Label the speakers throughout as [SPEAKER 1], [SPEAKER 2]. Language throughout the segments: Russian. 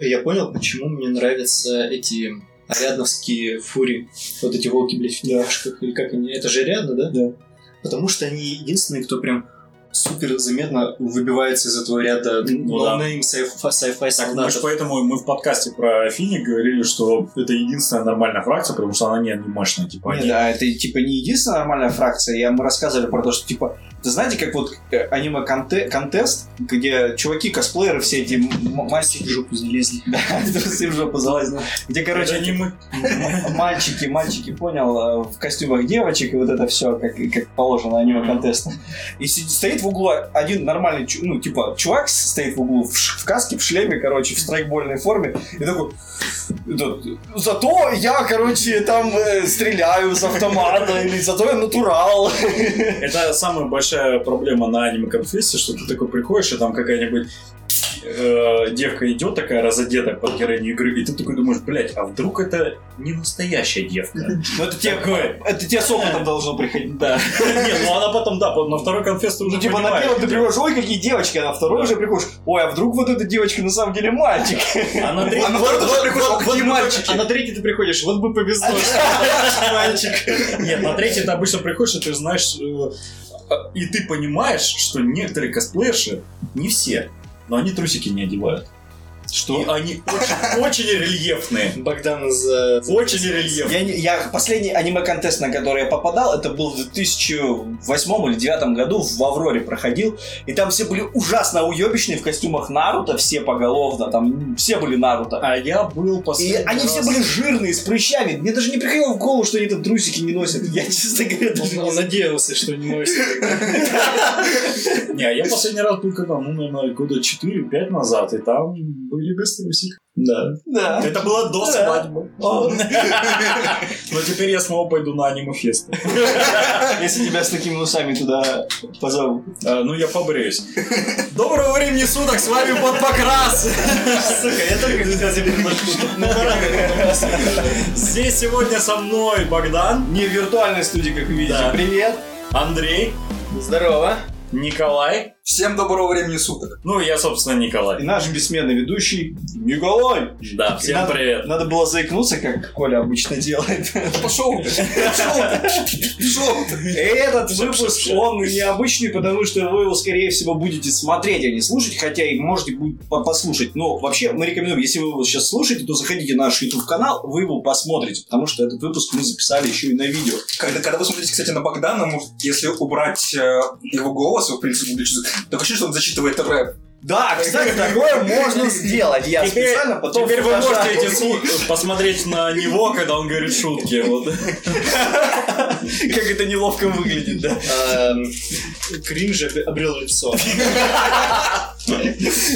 [SPEAKER 1] Я понял, почему мне нравятся эти рядновские фури. Вот эти волки, блядь, в фляжках. Или как они? Это же рядно, да?
[SPEAKER 2] Да.
[SPEAKER 1] Потому что они единственные, кто прям супер заметно выбивается из этого ряда
[SPEAKER 2] Ну да.
[SPEAKER 1] ноунейм сайф- сайфай
[SPEAKER 2] Так, мы же
[SPEAKER 1] сагнатов.
[SPEAKER 2] поэтому мы в подкасте про Финик говорили, что это единственная нормальная фракция, потому что она не анимешная, типа
[SPEAKER 3] Не,
[SPEAKER 2] они-
[SPEAKER 3] Да, это типа не единственная нормальная фракция. Я, мы рассказывали про то, что типа, ты знаете, как вот э, аниме-контест, где чуваки, косплееры, все эти м- мальчики... В жопу залезли. Да, все в жопу залазили. Где, короче,
[SPEAKER 2] Это не мы.
[SPEAKER 3] м- мальчики, мальчики, понял, э, в костюмах девочек и вот это все, как, как положено аниме-контест. И си- стоит в углу один нормальный, чу- ну, типа, чувак с- стоит в углу в, ш- в каске, в шлеме, короче, в страйкбольной форме, и такой... «Да, Зато я, короче, там э, стреляю с автомата, или зато я натурал.
[SPEAKER 2] Это самая большая проблема на аниме конфессе, что ты такой приходишь, и там какая-нибудь э, девка идет такая разодетая под героиню игры, и ты такой думаешь, блядь, а вдруг это не настоящая девка?
[SPEAKER 3] Ну, это тебе,
[SPEAKER 2] Такое.
[SPEAKER 3] это тебе с опытом должно приходить.
[SPEAKER 2] Да. Не, ну она потом, да, на второй конфесс ты
[SPEAKER 3] Ну,
[SPEAKER 2] уже
[SPEAKER 3] типа, на
[SPEAKER 2] понимаешь,
[SPEAKER 3] первом ты
[SPEAKER 2] где.
[SPEAKER 3] приходишь, ой, какие девочки, а на второй
[SPEAKER 2] Да.
[SPEAKER 3] уже приходишь, ой, а вдруг вот эта девочка на самом деле мальчик.
[SPEAKER 2] А на третьем-
[SPEAKER 3] на второй тоже приходишь, «О, какие мальчики.
[SPEAKER 1] А на третий ты приходишь, вот бы повезло.
[SPEAKER 2] Нет, на третий ты обычно приходишь, и ты знаешь, э, и ты понимаешь, что некоторые косплеерши, не все, но они трусики не одевают. И
[SPEAKER 3] Что?
[SPEAKER 2] они очень, очень рельефные.
[SPEAKER 1] Богдан
[SPEAKER 2] э,
[SPEAKER 1] за...
[SPEAKER 2] Очень рельефные.
[SPEAKER 3] Я, не- я последний аниме-контест, на который я попадал, это был в 2008 или 2009 году в Авроре проходил, и там все были ужасно уебищные в костюмах Наруто, все поголовно, там все были Наруто.
[SPEAKER 2] А я был
[SPEAKER 3] И
[SPEAKER 2] последний
[SPEAKER 3] они
[SPEAKER 2] раз-
[SPEAKER 3] все были жирные, с прыщами. Мне даже не приходило в голову, что они там трусики не носят. Я, честно говоря, даже не
[SPEAKER 1] Он надеялся, что не носит.
[SPEAKER 2] Не, а я последний раз был когда, ну, наверное, года 4-5 назад, и там были без трусик. Да.
[SPEAKER 3] знаю.
[SPEAKER 2] Это было до
[SPEAKER 3] Да.
[SPEAKER 2] свадьбы. А. Но теперь я снова пойду на аниме-фест.
[SPEAKER 3] Если тебя с такими носами туда позову.
[SPEAKER 2] А, Ну, я побреюсь. Доброго времени суток, с вами под покрас.
[SPEAKER 3] Сука, я только хотел тебе
[SPEAKER 2] Здесь сегодня со мной Богдан,
[SPEAKER 3] Не в виртуальной студии, как вы видите.
[SPEAKER 2] Да.
[SPEAKER 3] Привет.
[SPEAKER 2] Андрей,
[SPEAKER 1] Здорово.
[SPEAKER 2] Николай.
[SPEAKER 4] Всем доброго времени суток.
[SPEAKER 2] Ну, я, собственно,
[SPEAKER 3] И
[SPEAKER 2] Николай.
[SPEAKER 3] наш бессменный ведущий Николай.
[SPEAKER 2] Да, всем
[SPEAKER 3] Надо-
[SPEAKER 2] привет.
[SPEAKER 3] Надо было заикнуться, как Коля обычно делает.
[SPEAKER 4] Пошел ты, пошел ты, пошел ты.
[SPEAKER 3] И этот выпуск, он необычный, потому что вы его, скорее всего, будете смотреть, а не слушать, хотя и можете будет по- послушать. Но вообще мы рекомендуем, если вы его сейчас слушаете, то заходите на наш YouTube-канал, вы его посмотрите, потому что этот выпуск мы записали еще и на видео.
[SPEAKER 4] Когда, когда вы смотрите, кстати, на Богдана, может, если убрать э, его голос, вы, в принципе, будете... Так ощущение, что он зачитывает рэп.
[SPEAKER 3] Да, кстати, такое можно сделать. Я
[SPEAKER 2] Теперь-
[SPEAKER 3] специально потом...
[SPEAKER 2] Теперь вы
[SPEAKER 3] фотошапил.
[SPEAKER 2] можете эти слу- посмотреть на него, когда он говорит шутки. Вот.
[SPEAKER 3] Как это неловко выглядит, да?
[SPEAKER 1] Эм, Кринж об- обрел лицо.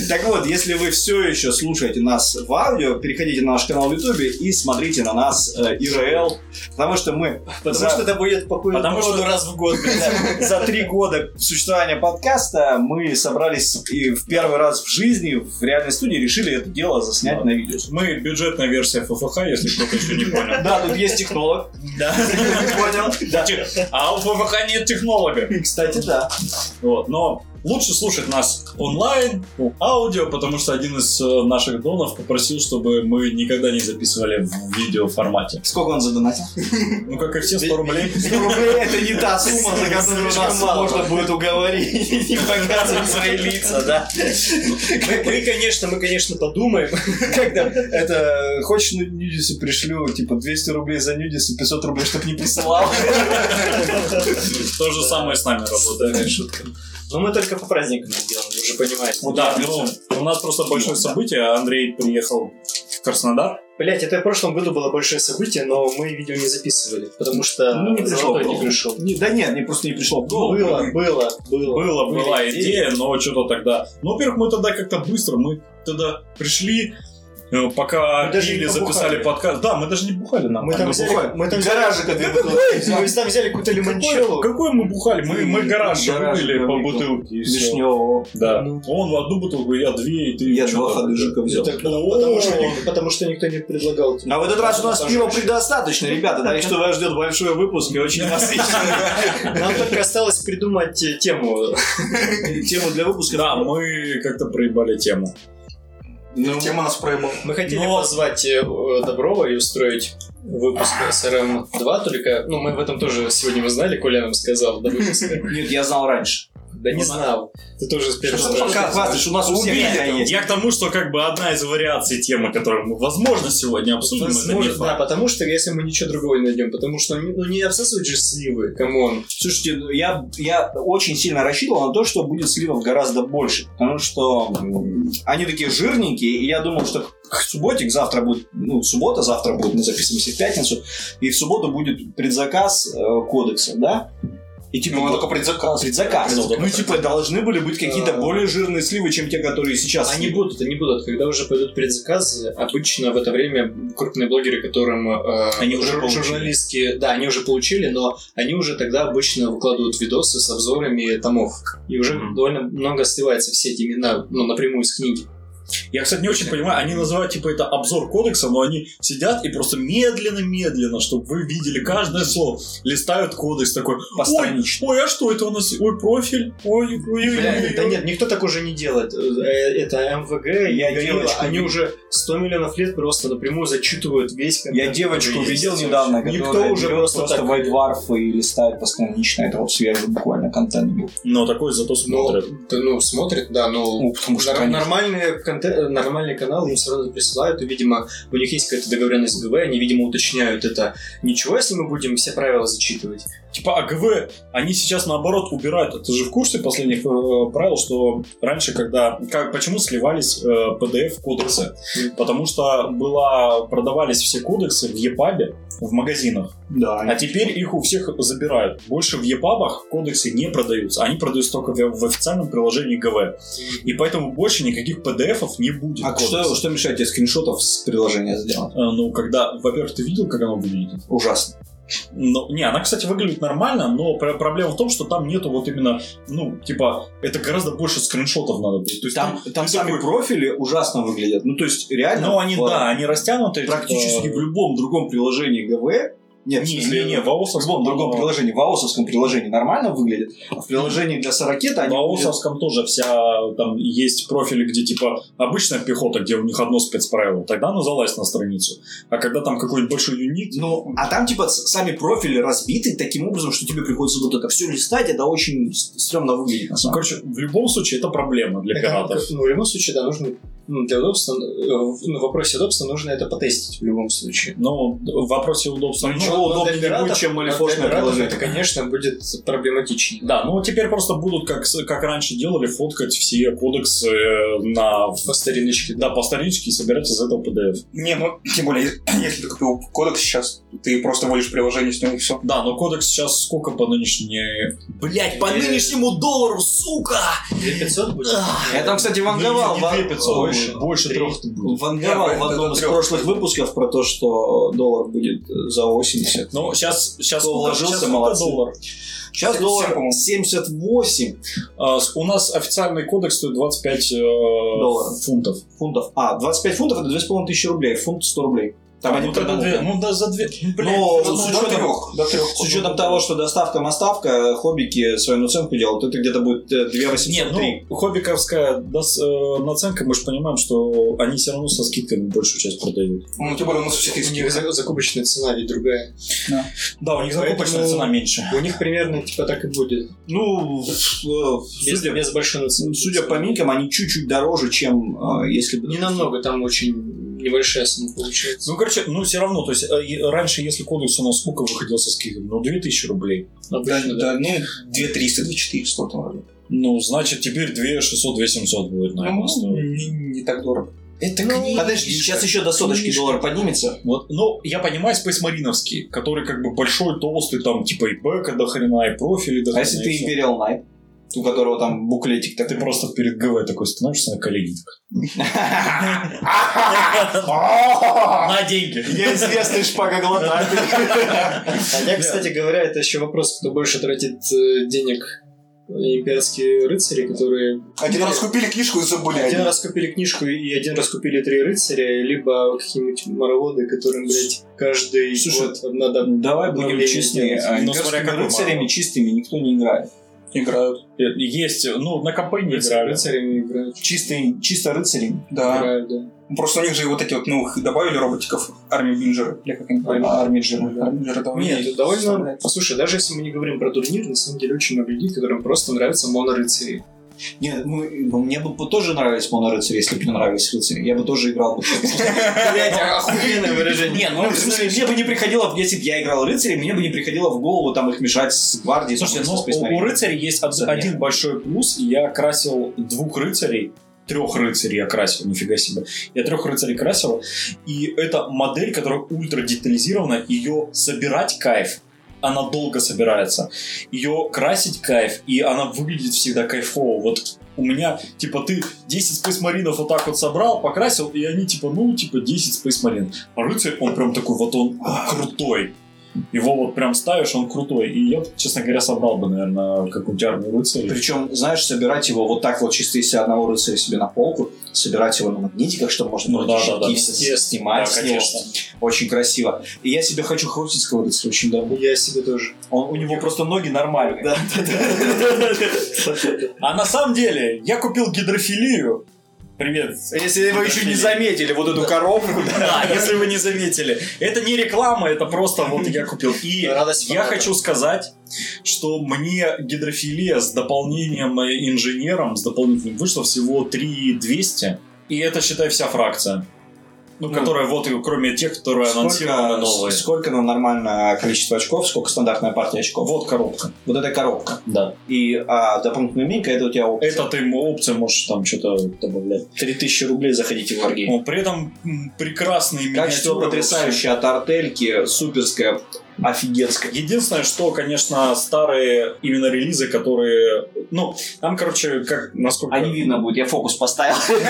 [SPEAKER 3] Так вот, если вы все еще слушаете нас в аудио, переходите на наш канал в Ютубе и смотрите на нас э, ИРЛ, потому что мы
[SPEAKER 1] Потому что это будет покой
[SPEAKER 2] Потому что-
[SPEAKER 1] народу раз в год.
[SPEAKER 3] за три года существования подкаста мы собрались и в первый раз в жизни в реальной студии решили это дело заснять на видео.
[SPEAKER 2] Мы бюджетная версия ФФХ, если кто-то еще не понял.
[SPEAKER 3] Да, тут есть технолог.
[SPEAKER 2] Да. А у ФФХ нет технолога.
[SPEAKER 3] Кстати, да.
[SPEAKER 2] Вот, но лучше слушать нас онлайн, ну, аудио, потому что один из э, наших донов попросил, чтобы мы никогда не записывали в видео формате.
[SPEAKER 3] Сколько он задонатил?
[SPEAKER 2] Ну, как и все 100 рублей.
[SPEAKER 3] 100 рублей это не та сумма, за которую
[SPEAKER 1] Слишком
[SPEAKER 3] нас
[SPEAKER 1] мало.
[SPEAKER 3] можно будет уговорить и не показывать свои лица, да.
[SPEAKER 1] Мы, мы, конечно, мы, конечно, подумаем.
[SPEAKER 3] Как там, это, хочешь ну, на нюдисы пришлю, типа, 200 рублей за нюдисы, 500 рублей, чтобы не присылал.
[SPEAKER 2] То же самое с нами работает.
[SPEAKER 1] шутка. Но мы только по праздникам это делаем, вы же понимаете.
[SPEAKER 2] Ну Да, ну, у нас просто большое событие. Андрей приехал в Краснодар.
[SPEAKER 1] Блять, это в прошлом году было большое событие, но мы видео не записывали, потому что
[SPEAKER 3] Ну, не пришло
[SPEAKER 1] золотой
[SPEAKER 3] в
[SPEAKER 1] не
[SPEAKER 3] голову.
[SPEAKER 1] пришел.
[SPEAKER 3] Не, да нет, мне просто не пришло в голову.
[SPEAKER 1] Было, было, было.
[SPEAKER 2] Была,
[SPEAKER 1] Были
[SPEAKER 2] была
[SPEAKER 1] идеи.
[SPEAKER 2] идея, но что-то тогда... Ну, во-первых, мы тогда как-то быстро, мы тогда пришли, э, пока
[SPEAKER 1] Мы даже
[SPEAKER 2] пили,
[SPEAKER 1] не побухали.
[SPEAKER 2] записали подкаст. Да, мы даже не бухали нам.
[SPEAKER 1] Мы там взяли, мы там взяли,
[SPEAKER 3] Ну, Гаражик
[SPEAKER 1] Да
[SPEAKER 3] ответ
[SPEAKER 1] какой? мы там взяли какую-то
[SPEAKER 2] Какой,
[SPEAKER 1] лимончеллу.
[SPEAKER 2] какой мы бухали? Мы, мы гараж
[SPEAKER 3] Гараж
[SPEAKER 2] выпили по
[SPEAKER 3] выпил.
[SPEAKER 2] бутылке. и всё.
[SPEAKER 3] Вишневого.
[SPEAKER 2] Да.
[SPEAKER 1] Ну.
[SPEAKER 2] Он в одну бутылку, я две, и ты...
[SPEAKER 3] Я
[SPEAKER 2] чё-то
[SPEAKER 3] два
[SPEAKER 2] такое.
[SPEAKER 3] ходыжика взял.
[SPEAKER 1] Так, потому, потому что, ник- потому что никто не предлагал.
[SPEAKER 3] А в этот раз у нас
[SPEAKER 1] Тоже.
[SPEAKER 3] пива предостаточно, ребята, так что вас ждет большой выпуск и очень насыщенный.
[SPEAKER 1] Нам только осталось придумать э, тему.
[SPEAKER 3] Тему для выпуска.
[SPEAKER 2] Да, мы как-то проебали тему.
[SPEAKER 4] Ну, Тема нас проебала.
[SPEAKER 1] Мы хотели
[SPEAKER 2] Но-
[SPEAKER 1] позвать э, э, Доброва и устроить выпуск СРМ-2, только, ну, мы в этом тоже сегодня узнали, Коля нам сказал до выпуска.
[SPEAKER 3] Нет, я знал раньше.
[SPEAKER 4] Ну,
[SPEAKER 1] Да
[SPEAKER 2] Ну,
[SPEAKER 1] не знал. Ты тоже успешно
[SPEAKER 4] Что-то
[SPEAKER 1] знаешь.
[SPEAKER 4] пока-
[SPEAKER 3] Ты хвастаешь, у нас у всех
[SPEAKER 2] Убили.
[SPEAKER 3] такая есть.
[SPEAKER 2] Я к тому, что как бы одна из вариаций темы, которую мы, возможно, сегодня обсудим,
[SPEAKER 1] Возможно,
[SPEAKER 2] это не
[SPEAKER 1] да,
[SPEAKER 2] факт.
[SPEAKER 1] потому что если мы ничего другого не найдем, потому что ну не обсасывать же сливы, камон.
[SPEAKER 3] Слушайте, ну, я, я очень сильно рассчитывал на то, что будет сливов гораздо больше, потому что м, они такие жирненькие, и я думал, что к- субботик завтра будет, ну, суббота завтра будет, мы записываемся в пятницу, и в субботу будет предзаказ э, кодекса, да? И типа...
[SPEAKER 4] Ну,
[SPEAKER 3] вот-
[SPEAKER 4] только предзаказ.
[SPEAKER 3] Предзаказ.
[SPEAKER 4] Предзаказ. Э,
[SPEAKER 3] Ну, типа, должны были быть какие-то
[SPEAKER 1] Да.
[SPEAKER 3] более жирные сливы, чем те, которые сейчас.
[SPEAKER 1] Они будут, они будут. Когда уже пойдут предзаказы, обычно в это время крупные блогеры, которым э,
[SPEAKER 3] Они уже
[SPEAKER 1] жур-
[SPEAKER 3] получили.
[SPEAKER 1] журналистки, да, они уже получили, но они уже тогда обычно выкладывают видосы с обзорами томов. И уже
[SPEAKER 2] Мгм.
[SPEAKER 1] довольно много сливается все эти имена, ну, напрямую из книги.
[SPEAKER 2] Я, кстати, не очень понимаю, они называют, типа, это обзор кодекса, но они сидят и просто медленно-медленно, чтобы вы видели каждое слово, листают кодекс такой, ой,
[SPEAKER 3] Постранично.
[SPEAKER 2] ой, а что это у нас? Ой, профиль, ой, ой, ой, ой,
[SPEAKER 1] Бля,
[SPEAKER 2] ой,
[SPEAKER 1] да
[SPEAKER 2] ой».
[SPEAKER 1] нет, никто так уже не делает. Э, Это МВГ,
[SPEAKER 3] Я
[SPEAKER 1] я делаю.
[SPEAKER 3] девочку
[SPEAKER 1] Они
[SPEAKER 3] видел.
[SPEAKER 1] уже 100 миллионов лет просто напрямую зачитывают весь
[SPEAKER 3] Я
[SPEAKER 1] контент,
[SPEAKER 3] девочку
[SPEAKER 1] который есть.
[SPEAKER 3] видел недавно,
[SPEAKER 1] Никто
[SPEAKER 3] которая
[SPEAKER 1] уже
[SPEAKER 3] берет
[SPEAKER 1] просто,
[SPEAKER 3] просто
[SPEAKER 1] так-
[SPEAKER 3] White Dwarf и листает постоянно. Это вот свежий буквально контент был.
[SPEAKER 2] Но такой зато
[SPEAKER 1] Ну,
[SPEAKER 2] смотрят.
[SPEAKER 1] да, ну, смотрит, да, но...
[SPEAKER 3] Ну, потому что,
[SPEAKER 1] Нар-
[SPEAKER 3] конечно,
[SPEAKER 1] нормальные, конте- э, нормальные каналы им сразу присылают, и, видимо, у них есть какая-то договоренность с ГВ, они, видимо, уточняют это. Ничего, если мы будем все правила зачитывать.
[SPEAKER 2] Типа АГВ, они сейчас наоборот убирают. Ты же в курсе последних э, правил, что раньше, когда... Как, почему сливались э, PDF-кодексы?
[SPEAKER 1] Мгм.
[SPEAKER 2] Потому что была, продавались все кодексы в ЕПАБе, в магазинах.
[SPEAKER 3] да,
[SPEAKER 2] А теперь их у всех забирают. Больше в ЕПАБах кодексы не продаются. Они продаются только в, в официальном приложении ГВ. И поэтому больше никаких PDF-ов не будет.
[SPEAKER 3] А
[SPEAKER 2] кодекса.
[SPEAKER 3] что, что мешает тебе скриншотов с приложения сделать?
[SPEAKER 2] Э, Ну, когда, во-первых, ты видел, как оно выглядит?
[SPEAKER 3] Ужасно.
[SPEAKER 2] Ну, не, она, кстати, выглядит нормально, но пр- проблема в том, что там нету вот именно, ну, типа, это гораздо больше скриншотов надо будет. То есть там,
[SPEAKER 3] Там, там
[SPEAKER 2] ты
[SPEAKER 3] сами
[SPEAKER 2] такой-
[SPEAKER 3] профили ужасно выглядят. Ну, то есть, реально...
[SPEAKER 2] ну, они,
[SPEAKER 3] в-
[SPEAKER 2] да, они растянуты.
[SPEAKER 3] Практически
[SPEAKER 2] типа,
[SPEAKER 3] в любом другом приложении ГВ... Нет, в
[SPEAKER 2] не,
[SPEAKER 3] смысле,
[SPEAKER 2] не, не, в
[SPEAKER 3] в любом
[SPEAKER 2] Аосовском,
[SPEAKER 3] другом
[SPEAKER 2] но-
[SPEAKER 3] приложении, в аосовском приложении нормально выглядит, а в приложении для сорокета они...
[SPEAKER 2] в
[SPEAKER 3] выглядят-
[SPEAKER 2] Аосовском А тоже вся, э, там есть профили, где, типа, обычная пехота, где у них одно спецправило, тогда ну залазь на страницу. А когда там какой-нибудь большой юнит,
[SPEAKER 3] Ну, а там, типа, с- сами профили разбиты таким образом, что тебе приходится вот это все листать, это очень с- стрёмно выглядит, на
[SPEAKER 2] ну,
[SPEAKER 3] самом деле.
[SPEAKER 2] короче, в любом случае это проблема для
[SPEAKER 1] Это,
[SPEAKER 2] пиратов.
[SPEAKER 1] ну, в любом случае, да, нужно ну, для удобства, э, в ну, в вопросе удобства нужно это потестить в любом случае.
[SPEAKER 2] Но в вопросе удобства... ну,
[SPEAKER 3] Ничего удобнее не будет, чем малифошное
[SPEAKER 1] для пиратов
[SPEAKER 3] приложение.
[SPEAKER 1] Это, конечно, будет проблематичнее.
[SPEAKER 2] Да, ну теперь просто будут, как, с- как раньше делали, фоткать все кодексы э, на...
[SPEAKER 1] По стариночке.
[SPEAKER 2] Да, по старичке и собирать из этого PDF.
[SPEAKER 4] Не, ну, тем более, если ты купил кодекс сейчас, ты просто вводишь приложение с ним и все.
[SPEAKER 2] Да, но кодекс сейчас сколько по нынешней... Блять,
[SPEAKER 1] по нынешнему
[SPEAKER 2] доллару, сука!
[SPEAKER 1] 2500 будет?
[SPEAKER 3] Я там, кстати, ванговал.
[SPEAKER 2] не
[SPEAKER 3] ва-
[SPEAKER 2] 2500 будет,
[SPEAKER 3] больше.
[SPEAKER 2] больше
[SPEAKER 1] Три.
[SPEAKER 2] трех будет.
[SPEAKER 3] Ванговал
[SPEAKER 4] Нет,
[SPEAKER 3] в
[SPEAKER 4] это
[SPEAKER 3] одном из
[SPEAKER 4] трёх.
[SPEAKER 3] прошлых выпусков про то, что доллар будет э, за 80.
[SPEAKER 2] Ну, сейчас, сейчас
[SPEAKER 3] Кто
[SPEAKER 2] сколько,
[SPEAKER 3] вложился,
[SPEAKER 2] сейчас сколько
[SPEAKER 3] молодцы.
[SPEAKER 2] доллар?
[SPEAKER 3] Сейчас
[SPEAKER 4] Семь-
[SPEAKER 3] доллар
[SPEAKER 4] семь, по-моему.
[SPEAKER 3] 78
[SPEAKER 2] А, с- у нас официальный кодекс стоит 25 э,
[SPEAKER 3] Долларов.
[SPEAKER 2] фунтов.
[SPEAKER 3] фунтов. А, 25 фунтов это 2500 тысячи рублей, фунт 100 рублей. Там
[SPEAKER 2] А,
[SPEAKER 3] они
[SPEAKER 2] ну, тогда
[SPEAKER 3] придумали.
[SPEAKER 2] две- ну, да, за две... Ну, блядь,
[SPEAKER 3] Ну,
[SPEAKER 2] ну,
[SPEAKER 3] с
[SPEAKER 2] ну,
[SPEAKER 4] до
[SPEAKER 3] учетом-
[SPEAKER 4] трех. До трех.
[SPEAKER 3] С учетом того, что доставка-маставка, хоббики свою наценку делают, это где-то будет э, 2803.
[SPEAKER 2] Нет, ну, хоббиковская дос- э, наценка, мы же понимаем, что они все равно со скидками большую часть продают.
[SPEAKER 4] Ну, тем более у нас у всех
[SPEAKER 1] У
[SPEAKER 4] есть
[SPEAKER 1] них за- закупочная цена ведь другая.
[SPEAKER 2] Да, у них закупочная
[SPEAKER 1] Поэтому-
[SPEAKER 2] цена меньше.
[SPEAKER 1] У них примерно типа так и будет.
[SPEAKER 3] Ну, э,
[SPEAKER 1] Без,
[SPEAKER 3] судя,
[SPEAKER 1] без большой наценки.
[SPEAKER 3] судя по минкам, они чуть-чуть дороже, чем э, если бы...
[SPEAKER 1] Не намного, там очень небольшая сумма получается.
[SPEAKER 2] Ну, короче, ну все равно, то есть э, и раньше, если кодекс у нас сколько выходил со скидками? Ну, 2000 рублей.
[SPEAKER 4] Да,
[SPEAKER 1] Обычно, да.
[SPEAKER 4] да, ну, 2300, 2400 в этом роде.
[SPEAKER 2] Ну, значит, теперь 2600, 2700 будет, наверное,
[SPEAKER 4] Ну,
[SPEAKER 2] стоить.
[SPEAKER 4] не, не так дорого. Это
[SPEAKER 3] Ну, Подожди, сейчас еще до соточки
[SPEAKER 4] Книжка.
[SPEAKER 3] доллар поднимется.
[SPEAKER 2] Вот, ну, я понимаю Space Мариновский, который как бы большой, толстый, там, типа и бэка до хрена, и профили до
[SPEAKER 3] А
[SPEAKER 2] хрена.
[SPEAKER 3] если
[SPEAKER 2] и
[SPEAKER 3] ты
[SPEAKER 2] всё.
[SPEAKER 3] Imperial Knight, у которого там буклетик
[SPEAKER 2] Ты
[SPEAKER 3] такой...
[SPEAKER 2] просто перед ГВ такой становишься на колени. На деньги.
[SPEAKER 3] Я известный шпагоглотатель.
[SPEAKER 1] Хотя, А кстати говоря, это еще вопрос, кто больше тратит э, денег. Имперские рыцари, которые
[SPEAKER 4] Один раз купили книжку и забыли.
[SPEAKER 1] один
[SPEAKER 4] о ней.
[SPEAKER 1] раз купили книжку и один раз купили три рыцаря, либо какие-нибудь мороводы, которым, блядь, каждый
[SPEAKER 3] Слушай,
[SPEAKER 1] год надо
[SPEAKER 3] Давай
[SPEAKER 1] Ну,
[SPEAKER 3] будем
[SPEAKER 1] я не
[SPEAKER 3] честны.
[SPEAKER 1] знаю.
[SPEAKER 3] а
[SPEAKER 2] Ну,
[SPEAKER 3] имперскими
[SPEAKER 2] смотря какой
[SPEAKER 3] рыцарями
[SPEAKER 2] мало.
[SPEAKER 3] чистыми никто не играет.
[SPEAKER 4] Играют.
[SPEAKER 2] Есть, ну, на компании играли.
[SPEAKER 1] Рыцарями играют.
[SPEAKER 3] Чистые, чисто рыцари.
[SPEAKER 4] Да.
[SPEAKER 1] Играют, да.
[SPEAKER 4] Просто у них же вот эти вот новых добавили роботиков армии Бинджера. Или как они правильно?
[SPEAKER 3] А, армии Джима, да.
[SPEAKER 4] Бинджера там
[SPEAKER 1] Нет,
[SPEAKER 4] есть.
[SPEAKER 1] это довольно... Слушай, даже если мы не говорим про турнир, на самом деле очень много людей, которым просто нравятся монорыцари.
[SPEAKER 3] Нет, ну, мне бы тоже нравились монорыцари, если бы не нравились рыцари. Я бы тоже играл бы.
[SPEAKER 1] Блять, охуенное выражение.
[SPEAKER 3] Не, ну, в смысле, мне бы не приходило, если бы я играл рыцарей, мне бы не приходило в голову там их мешать с гвардией.
[SPEAKER 2] Слушайте,
[SPEAKER 3] там,
[SPEAKER 2] ну,
[SPEAKER 3] с Space
[SPEAKER 2] у,
[SPEAKER 3] Marine.
[SPEAKER 2] у рыцарей есть од-
[SPEAKER 3] Заметно.
[SPEAKER 2] один большой плюс. и Я красил двух рыцарей, трех рыцарей я красил, нифига себе. Я трех рыцарей красил, и это модель, которая ультра детализирована, ее собирать кайф. Она долго собирается. Ее красить кайф, и она выглядит всегда кайфово. Вот у меня, типа, ты 10 спейсмаринов вот так вот собрал, покрасил, и они, типа, ну, типа, 10 спейсмаринов. А рыцарь, он прям такой, вот он крутой его вот прям ставишь, он крутой. И я, честно говоря, собрал бы, наверное, какую-нибудь армию рыцарей.
[SPEAKER 3] Причем, знаешь, собирать его вот так вот, чисто если одного рыцаря себе на полку, собирать его на магнитиках, чтобы можно
[SPEAKER 2] Ну
[SPEAKER 3] было
[SPEAKER 2] да,
[SPEAKER 3] щитки
[SPEAKER 2] да, да.
[SPEAKER 3] все
[SPEAKER 1] Естественно,
[SPEAKER 2] Да,
[SPEAKER 3] снимать с него. Очень красиво. И я себе хочу хаотинского рыцаря очень давно.
[SPEAKER 1] Я себе тоже.
[SPEAKER 3] Он, у него просто ноги нормальные.
[SPEAKER 2] А на самом деле, я купил гидрофилию. Привет.
[SPEAKER 3] Если вы еще не заметили вот эту коробку,
[SPEAKER 2] Да, если вы не заметили. Это не реклама, это просто вот я купил. И
[SPEAKER 1] Радость
[SPEAKER 2] я
[SPEAKER 1] фаната.
[SPEAKER 2] хочу сказать, что мне гидрофилия с дополнением э, инженером, с дополнительным вышло всего 3200. И это, считай, вся фракция. Ну,
[SPEAKER 3] Ну,
[SPEAKER 2] которая вот, и кроме тех, которые анонсированы
[SPEAKER 3] сколько,
[SPEAKER 2] новые.
[SPEAKER 3] сколько нам нормальное количество очков, сколько стандартная партия очков.
[SPEAKER 2] Вот коробка.
[SPEAKER 3] Вот эта коробка.
[SPEAKER 2] Да.
[SPEAKER 3] И а, дополнительная минка, это у тебя опция.
[SPEAKER 2] Это ты ему опции можешь там что-то добавлять.
[SPEAKER 3] 3000 рублей заходите в Wargame.
[SPEAKER 2] Но при этом м, прекрасные
[SPEAKER 3] Качество
[SPEAKER 2] миниатюры.
[SPEAKER 3] потрясающее от артельки, суперское, офигенское.
[SPEAKER 2] Единственное, что, конечно, старые именно релизы, которые... Ну, там, короче, как... Насколько...
[SPEAKER 3] А не видно будет, я фокус поставил.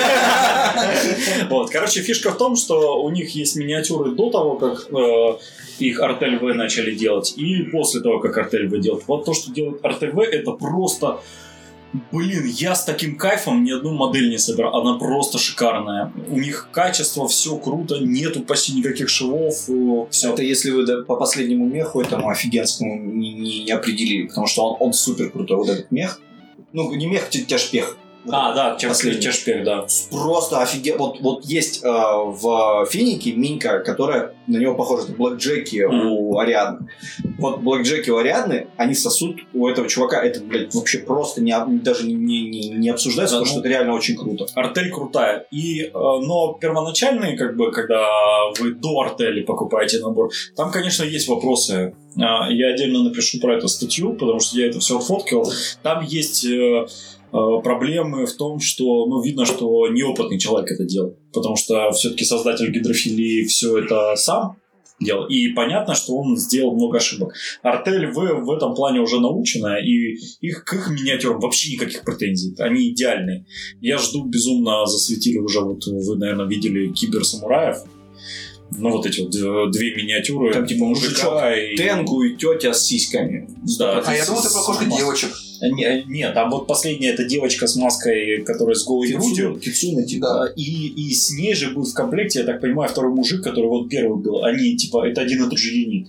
[SPEAKER 2] Вот, короче, фишка в том, что у них есть миниатюры до того, как э, их артель В начали делать, и после того, как артель В делают. Вот то, что делает артель В, это просто... Блин, я с таким кайфом ни одну модель не собирал. Она просто шикарная. У них качество, все круто, нету почти никаких швов, э, все.
[SPEAKER 3] Это если вы да, по последнему меху этому офигенскому не, не- не определили, потому что он, он супер крутой, вот этот мех. Ну, не мех, тя- тяжпех. Вот
[SPEAKER 2] А, да,
[SPEAKER 3] последний.
[SPEAKER 2] Тяжпель, Тяжпель, да.
[SPEAKER 3] Просто офиген... Вот, вот есть э, в Финике Минька, которая на него похожа, Блэк Джеки
[SPEAKER 2] Мгм.
[SPEAKER 3] у Ариадны. Вот Блэк Джеки у Ариадны, они сосут у этого чувака. Это, блядь, вообще просто не, об- даже не, не, не обсуждается,
[SPEAKER 2] Да,
[SPEAKER 3] потому
[SPEAKER 2] ну.
[SPEAKER 3] что это реально очень круто.
[SPEAKER 2] Артель крутая. И, э, но первоначальные, как бы, когда вы до артели покупаете набор, там, конечно, есть вопросы. А, Я отдельно напишу про эту статью, потому что я это все фоткал. Там есть э, э, проблемы в том, что, ну, видно, что неопытный человек это делал. Потому что все-таки создатель гидрофилии все это сам делал. И понятно, что он сделал много ошибок. Артель в, в этом плане уже научена, и их, к их миниатюрам вообще никаких претензий. Они идеальны. Я жду безумно, засветили уже, вот вы, наверное, видели киберсамураев. Ну, вот эти вот э, две миниатюры.
[SPEAKER 3] Там, типа,
[SPEAKER 2] мужика и...
[SPEAKER 3] Тенгу и тетя с сиськами.
[SPEAKER 2] Да.
[SPEAKER 4] А я думал, ты похож на девочек.
[SPEAKER 2] Не- Нет, а вот последняя, это девочка с маской, которая с голой грудью.
[SPEAKER 3] Кицуна,
[SPEAKER 4] Да.
[SPEAKER 2] А, И, и с ней же будет в комплекте, я так понимаю, второй мужик, который вот первый был. Они, типа, это один и тот же юнит.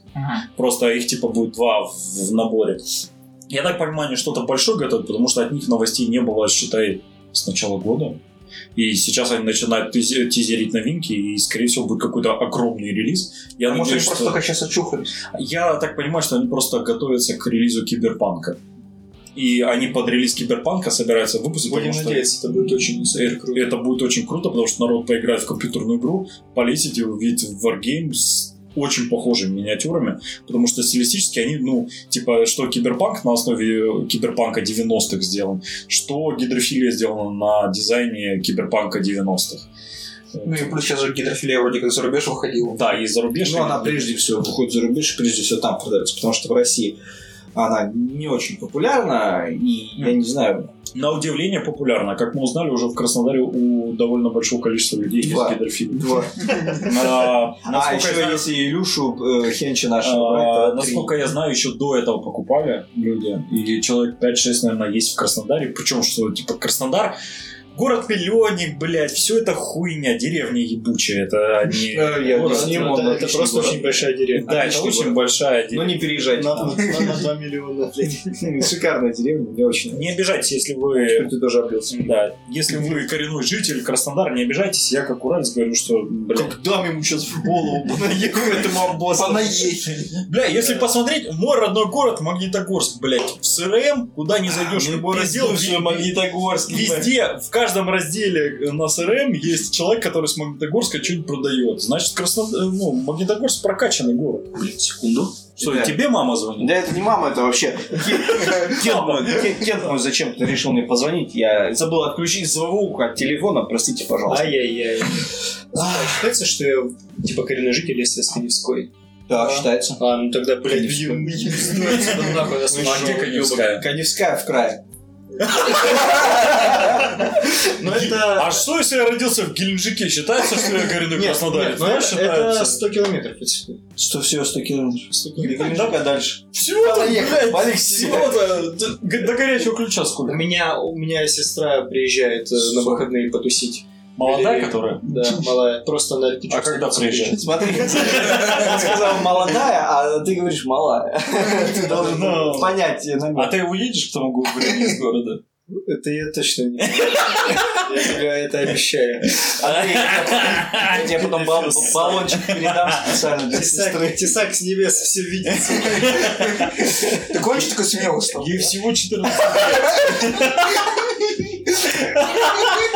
[SPEAKER 2] Просто их, типа, будет два в, в наборе. Я так понимаю, они что-то большое готовят, потому что от них новостей не было, считай, с начала года. И сейчас они начинают тизе- тизерить новинки, и, скорее всего, будет какой-то огромный релиз. Я,
[SPEAKER 4] Может, они
[SPEAKER 2] надеюсь,
[SPEAKER 4] просто
[SPEAKER 2] что-
[SPEAKER 4] только сейчас очухались.
[SPEAKER 2] я так понимаю, что они просто готовятся к релизу Киберпанка. И они под релиз Киберпанка собираются выпустить,
[SPEAKER 1] Будем
[SPEAKER 2] потому что-
[SPEAKER 1] надеяться, это будет очень
[SPEAKER 2] Э,
[SPEAKER 1] супер круто.
[SPEAKER 2] Это будет очень круто, потому что народ поиграет в компьютерную игру, полетит и увидит Wargame с очень похожими миниатюрами, потому что стилистически они, ну, типа, что киберпанк на основе киберпанка 90-х сделан, что гидрофилия сделана на дизайне киберпанка 90-х.
[SPEAKER 4] Ну и плюс сейчас же гидрофилия вроде как за рубеж выходила.
[SPEAKER 2] Да, и зарубеж.
[SPEAKER 3] Ну, она прежде всего выходит за рубеж, и прежде всего там продается, потому что в России она не очень популярна, и я не знаю,
[SPEAKER 2] На удивление популярна. Как мы узнали, уже в Краснодаре у довольно большого количества людей
[SPEAKER 3] Два.
[SPEAKER 2] есть гидрофилия.
[SPEAKER 3] два.
[SPEAKER 2] А,
[SPEAKER 3] А,
[SPEAKER 2] насколько я
[SPEAKER 3] еще
[SPEAKER 2] знаю,
[SPEAKER 3] есть и Илюшу э, Хенча нашего
[SPEAKER 2] А,
[SPEAKER 3] проекта.
[SPEAKER 2] Насколько я знаю, еще до этого покупали люди. И человек 5-6, наверное, есть в Краснодаре. Причем, что типа Краснодар Город миллионник, блядь, все это хуйня, деревня ебучая, это одни...
[SPEAKER 3] Э, я
[SPEAKER 2] Город-
[SPEAKER 3] с ним
[SPEAKER 1] это,
[SPEAKER 3] он
[SPEAKER 1] это
[SPEAKER 3] отличный
[SPEAKER 1] просто
[SPEAKER 3] город.
[SPEAKER 1] очень большая деревня.
[SPEAKER 2] Да, это
[SPEAKER 3] отличный
[SPEAKER 2] очень
[SPEAKER 3] город.
[SPEAKER 2] большая
[SPEAKER 3] Ну
[SPEAKER 2] деревня.
[SPEAKER 3] не переезжайте.
[SPEAKER 1] На,
[SPEAKER 3] к нам.
[SPEAKER 1] на 2 миллиона.
[SPEAKER 3] Шикарная деревня, мне очень нравится.
[SPEAKER 2] Не обижайтесь, если вы...
[SPEAKER 3] Теперь Ты тоже облился.
[SPEAKER 2] Да, если вы коренной житель Краснодара, не обижайтесь, я как уральц говорю, что, блядь,
[SPEAKER 1] Как дам ему сейчас в голову, понаехал этому обоссу.
[SPEAKER 3] ну,
[SPEAKER 4] Понаехали.
[SPEAKER 2] Бля, если посмотреть, мой родной город Магнитогорск, блядь, в СРМ, куда не зайдешь, в любой
[SPEAKER 3] ну,
[SPEAKER 2] раздел, ви-
[SPEAKER 3] Магнитогорск.
[SPEAKER 2] везде, в каждом разделе э, на СРМ есть человек, который с Магнитогорска что-нибудь продает. Значит, Красно... э, ну, Магнитогорск прокачанный город. Блядь, секунду. Что,
[SPEAKER 3] Да.
[SPEAKER 2] тебе мама звонит?
[SPEAKER 3] Да это не мама, это вообще. Кент- Кент мой- Кент Кент мой зачем-то решил мне позвонить. Я забыл отключить звук от телефона, простите, пожалуйста.
[SPEAKER 1] Ай-яй-яй. А Считается, что я типа коренный житель, если я с Каневской.
[SPEAKER 3] Да, считается.
[SPEAKER 1] А, ну тогда, блядь,
[SPEAKER 3] Каневской.
[SPEAKER 1] ем- ем- отсюда нахуй, я
[SPEAKER 2] Ну, а где
[SPEAKER 1] сошёл,
[SPEAKER 2] Каневская?
[SPEAKER 3] Каневская в крае.
[SPEAKER 1] ёбан. Ну это...
[SPEAKER 2] А что, если я родился в Геленджике? Считается, что я коренной
[SPEAKER 1] Нет,
[SPEAKER 2] краснодарец?
[SPEAKER 1] нет, ну это- это
[SPEAKER 2] считается.
[SPEAKER 1] 100 километров отсюда.
[SPEAKER 3] Что все, 100 километров.
[SPEAKER 1] 100 километров.
[SPEAKER 3] Геленджика дальше.
[SPEAKER 2] Всего-то,
[SPEAKER 3] Поехали.
[SPEAKER 2] блядь,
[SPEAKER 3] Алексей.
[SPEAKER 2] всего-то. Д- До горячего ключа
[SPEAKER 1] У
[SPEAKER 2] сколько?
[SPEAKER 1] меня, у меня сестра приезжает э, на
[SPEAKER 2] Сука.
[SPEAKER 1] выходные потусить.
[SPEAKER 2] Молодая,
[SPEAKER 1] Или-
[SPEAKER 2] которая?
[SPEAKER 1] Да, малая. Просто она...
[SPEAKER 2] А когда приезжает?
[SPEAKER 3] Смотри, он сказал молодая, а ты говоришь малая. Ты должен
[SPEAKER 2] Ну.
[SPEAKER 3] понять э, намек.
[SPEAKER 2] А ты уедешь к тому городу из города?
[SPEAKER 1] Это я точно не Я тебе это обещаю.
[SPEAKER 3] Андрей, я тебе потом бал- баллончик передам специально для сестры.
[SPEAKER 1] Тесак, тесак с небес все видит.
[SPEAKER 4] Ты кончишь такой смело стал?
[SPEAKER 2] Ей всего 14.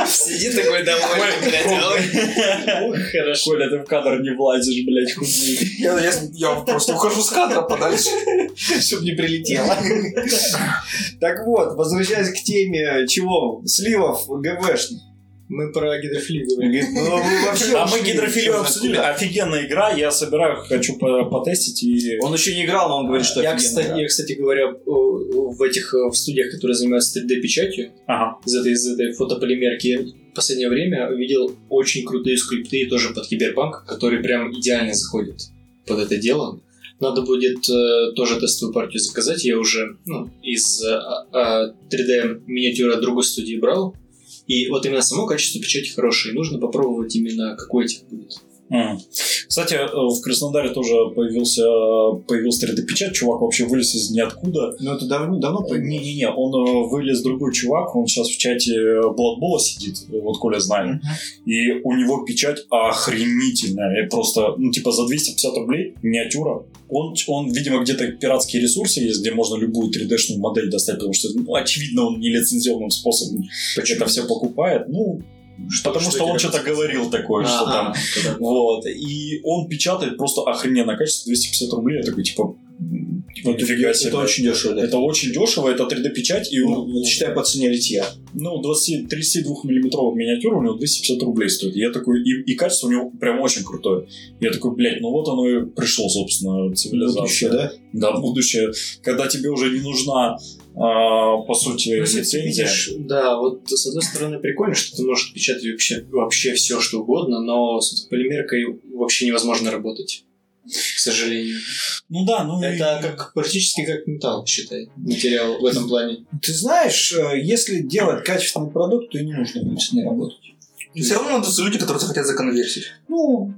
[SPEAKER 1] Сиди такой домой, а Хорошо.
[SPEAKER 2] Коля, ты в кадр не влазишь, блядь, хуй.
[SPEAKER 4] Я, я- я просто ухожу с кадра подальше.
[SPEAKER 3] чтобы не прилетело. Так вот, возвращаясь к теме чего? Сливов ГВшных.
[SPEAKER 1] Мы про гидрофилию
[SPEAKER 3] Он
[SPEAKER 1] говорим.
[SPEAKER 3] говорит, «Ну, вы вообще
[SPEAKER 2] А мы
[SPEAKER 3] ушли,
[SPEAKER 2] гидрофилию
[SPEAKER 3] чё
[SPEAKER 2] обсудили.
[SPEAKER 3] знает
[SPEAKER 2] Офигенная игра, я собираю, хочу по- потестить и...
[SPEAKER 3] куда». Он еще не играл, но он Ну, говорит, что
[SPEAKER 1] Я
[SPEAKER 3] офигенно
[SPEAKER 1] кстати,
[SPEAKER 3] игра.
[SPEAKER 1] я, кстати говоря, э, в этих э, в студиях, которые занимаются 3D-печатью,
[SPEAKER 2] Ага.
[SPEAKER 1] из этой, из этой фотополимерки, я в последнее время видел очень крутые скрипты тоже под киберпанк, которые прям идеально заходят под это дело. Надо будет э, тоже тестовую партию заказать. Я уже ну, из 3D-миниатюра другой студии брал. И вот именно само качество печати хорошее. Нужно попробовать именно какой тип будет.
[SPEAKER 2] М. Кстати, э, в Краснодаре тоже появился, э, появился 3D-печать. Чувак вообще вылез из ниоткуда.
[SPEAKER 3] Ну, это давно, давно появилось.
[SPEAKER 2] Не-не-не, он э, вылез другой чувак, он сейчас в чате э, Бладбола сидит, э, вот Коля знает. И у него печать охренительная. И просто, ну, типа, за 250 рублей миниатюра. Он, он, видимо, где-то пиратские ресурсы есть, где можно любую 3D-шную модель достать, потому что, ну, очевидно, он нелицензионным способом это все покупает. Ну, потому что,
[SPEAKER 1] что
[SPEAKER 2] он
[SPEAKER 1] тебе
[SPEAKER 2] что-то говорил такое, что там
[SPEAKER 1] А, а,
[SPEAKER 2] вот. И он печатает просто охрененное качество 250 рублей. Я такой, типа, м, вот нифига
[SPEAKER 3] Это
[SPEAKER 2] себе.
[SPEAKER 3] очень дешево, да.
[SPEAKER 2] Это очень дешево, это 3D-печать, и
[SPEAKER 3] Ну,
[SPEAKER 2] он,
[SPEAKER 3] вот считай по цене литья.
[SPEAKER 2] ну, 20 32-миллиметровая миниатюра у него 250 рублей стоит. Я такой, и, и качество у него прям очень крутое. Я такой, блядь, ну вот оно и пришло, собственно,
[SPEAKER 3] Будущее,
[SPEAKER 2] цивилизация.
[SPEAKER 3] да?
[SPEAKER 2] Да, будущее. Когда тебе уже не нужна, а, по сути,
[SPEAKER 1] Ну, если ты
[SPEAKER 2] лицензия.
[SPEAKER 1] видишь, да, вот с одной стороны прикольно, что ты можешь печатать вообще, вообще все, что угодно, но с полимеркой вообще невозможно работать. К сожалению.
[SPEAKER 2] Ну да, ну и-
[SPEAKER 1] Это как, практически как металл, считай, материал в этом плане.
[SPEAKER 3] Ты знаешь, э, если делать качественный продукт, то и не нужно будет с ней работать.
[SPEAKER 4] Все равно найдутся люди, которые захотят законверсить.
[SPEAKER 3] Ну,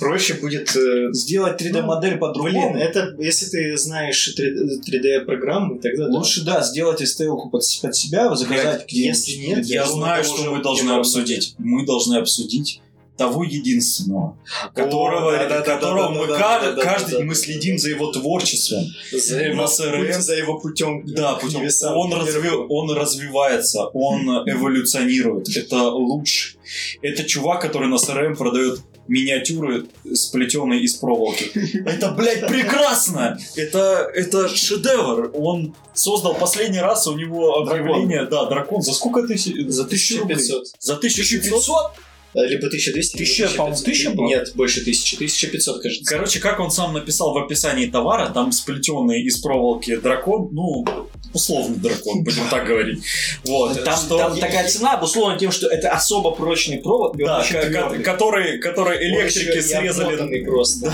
[SPEAKER 1] Проще будет... э,
[SPEAKER 3] сделать 3D-модель по-другому.
[SPEAKER 1] Блин, это если ты знаешь 3D-программы, тогда да.
[SPEAKER 3] Лучше, да, сделать STL-ку под, под себя, заказать где-нибудь.
[SPEAKER 1] если нет,
[SPEAKER 2] Я
[SPEAKER 1] думаю,
[SPEAKER 2] знаю,
[SPEAKER 1] того
[SPEAKER 2] что
[SPEAKER 1] же
[SPEAKER 2] мы должны
[SPEAKER 1] Кемерона.
[SPEAKER 2] обсудить. Мы должны обсудить того единственного, которого,
[SPEAKER 1] да, да, да,
[SPEAKER 2] которого
[SPEAKER 1] да,
[SPEAKER 2] мы
[SPEAKER 1] да,
[SPEAKER 2] ка-
[SPEAKER 1] да, да,
[SPEAKER 2] каждый
[SPEAKER 1] да.
[SPEAKER 2] мы следим за его творчеством.
[SPEAKER 1] За его,
[SPEAKER 2] На СРМ.
[SPEAKER 1] путь- за его путем.
[SPEAKER 2] Да,
[SPEAKER 1] к
[SPEAKER 2] путем-
[SPEAKER 1] небесам.
[SPEAKER 2] он, разви- он развивается, он эволюционирует. Это лучше. Это чувак, который на СРМ продает миниатюры, сплетенные из проволоки. Это, блядь, прекрасно! Это, это шедевр. Он создал последний раз у него объявление. Да, дракон. За сколько тысяч?
[SPEAKER 1] За
[SPEAKER 2] рублей?
[SPEAKER 1] 1500.
[SPEAKER 2] За 1500?
[SPEAKER 1] А, Либо 1200,
[SPEAKER 3] Тысяча,
[SPEAKER 1] либо
[SPEAKER 3] по-моему,
[SPEAKER 1] 1500.
[SPEAKER 3] тысяча была?
[SPEAKER 1] Нет, больше 1000. 1500, кажется.
[SPEAKER 2] Короче, как он сам написал в описании товара, там сплетенный из проволоки дракон, ну, условный дракон, будем так говорить. Вот.
[SPEAKER 3] Там,
[SPEAKER 2] что-
[SPEAKER 3] там такая цена обусловлена тем, что это особо прочный провод, и он
[SPEAKER 2] Да,
[SPEAKER 3] очень
[SPEAKER 2] ко- ко-
[SPEAKER 3] твердый.
[SPEAKER 2] который, который
[SPEAKER 1] Он
[SPEAKER 2] электрики
[SPEAKER 1] ещё и обмотанный
[SPEAKER 2] срезали,
[SPEAKER 1] просто.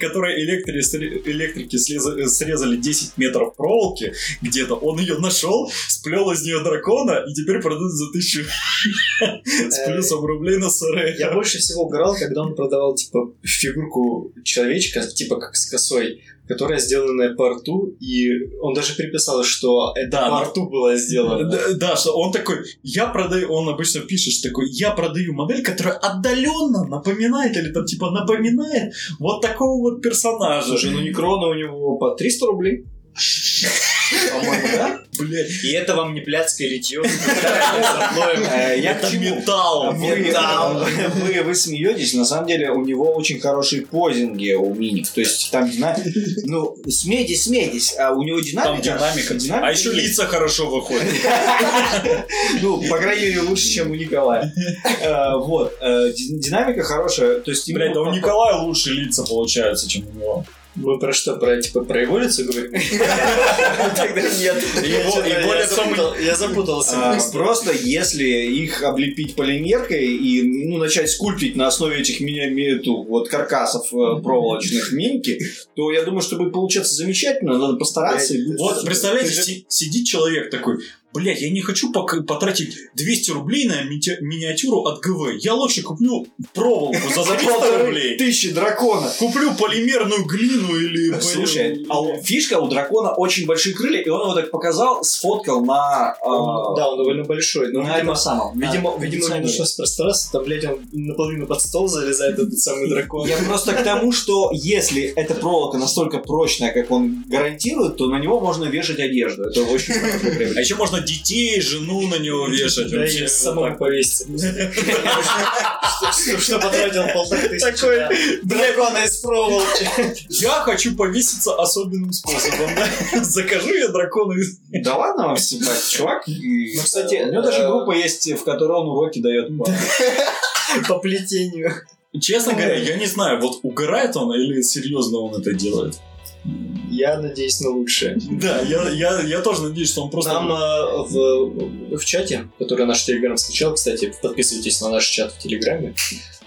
[SPEAKER 2] которые электри- сре- электрики слеза- срезали 10 метров проволоки где-то, он ее нашел, сплел из нее дракона и теперь продают за тысячу
[SPEAKER 3] Э,
[SPEAKER 2] с плюсом рублей на сыры.
[SPEAKER 1] Я больше всего угорал, когда он продавал, типа, фигурку человечка, типа, как с косой, которая сделанная по рту, и он даже приписал, что это
[SPEAKER 2] Да,
[SPEAKER 1] по
[SPEAKER 2] но-
[SPEAKER 1] рту было сделано.
[SPEAKER 2] Да, да, что он такой, я продаю, он обычно пишет что такой, я продаю модель, которая отдаленно напоминает, или там типа напоминает вот такого вот персонажа.
[SPEAKER 1] Слушай, ну Некрона у него по 300 рублей.
[SPEAKER 3] По-моему, да?
[SPEAKER 2] Блядь,
[SPEAKER 1] И это вам не пляцкое литье. Вы
[SPEAKER 3] Э, Я к
[SPEAKER 2] это
[SPEAKER 3] чему? А
[SPEAKER 2] металл.
[SPEAKER 3] Вы, а
[SPEAKER 2] металл.
[SPEAKER 3] вы, вы смеетесь, на самом деле у него очень хорошие позинги у миник. То есть там динамика. Ну, смейтесь, смейтесь, а у него
[SPEAKER 2] Там
[SPEAKER 3] динамика.
[SPEAKER 2] динамика.
[SPEAKER 3] динамика
[SPEAKER 2] А еще
[SPEAKER 3] есть.
[SPEAKER 2] лица хорошо выходят.
[SPEAKER 3] Ну, по крайней мере, лучше, чем у Николая. Э, Вот. э, ди- Динамика хорошая. То есть, ему-
[SPEAKER 2] Блядь, да у Николая лучше лица получаются, чем у него.
[SPEAKER 1] Мы про что? Про, типа, про его лицо говорим?
[SPEAKER 3] Тогда нет.
[SPEAKER 1] Я
[SPEAKER 2] Его-
[SPEAKER 1] что-то-
[SPEAKER 2] его
[SPEAKER 1] я
[SPEAKER 2] лицо
[SPEAKER 1] запутал- Я запутался.
[SPEAKER 3] А, Просто если их облепить полимеркой и ну, начать скульптить на основе этих ми- ми- эту, вот каркасов э, проволочных минки, то я думаю, что будет получаться замечательно, надо постараться. и будет
[SPEAKER 2] Вот,
[SPEAKER 3] супер.
[SPEAKER 2] представляете, си- сидит человек такой, блядь, я не хочу пока потратить 200 рублей на мити- миниатюру от ГВ. Я лучше куплю проволоку за 300
[SPEAKER 3] Полторы
[SPEAKER 2] рублей.
[SPEAKER 3] тысячи дракона.
[SPEAKER 2] Куплю полимерную глину или...
[SPEAKER 3] Слушай,
[SPEAKER 2] блин,
[SPEAKER 3] а у- фишка у дракона очень большие крылья, и он его так показал, сфоткал на... э,
[SPEAKER 1] Он- Да, он довольно большой, но,
[SPEAKER 3] на
[SPEAKER 1] видимо,
[SPEAKER 3] этом самом. на
[SPEAKER 1] Видимо, видимо, у него
[SPEAKER 3] кондиционере.
[SPEAKER 1] А, что с пространства, там, блядь, он наполовину под стол залезает этот самый дракон.
[SPEAKER 3] Я просто к тому, что если эта проволока настолько прочная, как он гарантирует, то на него можно вешать одежду. Это очень хорошо
[SPEAKER 2] А еще можно детей, жену на него вешать.
[SPEAKER 1] Да,
[SPEAKER 2] вообще,
[SPEAKER 1] и
[SPEAKER 2] вот
[SPEAKER 1] самому
[SPEAKER 2] так.
[SPEAKER 1] повесить. Что- Что потратил полторы тысячи.
[SPEAKER 2] Такой,
[SPEAKER 1] да. дракона из проволоки.
[SPEAKER 2] Я хочу повеситься особенным способом. да. Закажу я дракона из...
[SPEAKER 3] Да ладно вам стебать, чувак. И-
[SPEAKER 1] Ну, кстати,
[SPEAKER 3] у него даже
[SPEAKER 1] э,
[SPEAKER 3] группа есть, в которой он уроки дает.
[SPEAKER 1] По плетению.
[SPEAKER 2] Честно говоря, я не знаю, вот угорает он или серьезно он это делает.
[SPEAKER 1] Я надеюсь на лучшее.
[SPEAKER 2] Да, я, я, я тоже надеюсь, что он просто...
[SPEAKER 1] Нам э, в, в чате, который наш телеграм скачал, кстати, подписывайтесь на наш чат в телеграме.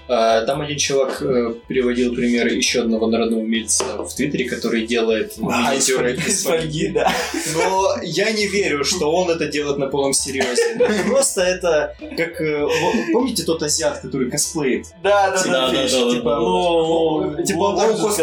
[SPEAKER 1] э, Там один чувак э, приводил примеры еще одного народного умельца в Твиттере, который делает
[SPEAKER 3] А,
[SPEAKER 1] миниатюры А, из фольги.
[SPEAKER 3] да.
[SPEAKER 1] Но я не верю, что он это делает на полном серьезе. Просто это как... э, во- Помните тот азиат, который косплеит?
[SPEAKER 3] Да,
[SPEAKER 1] да, да, да, да, да. Типа он так вот-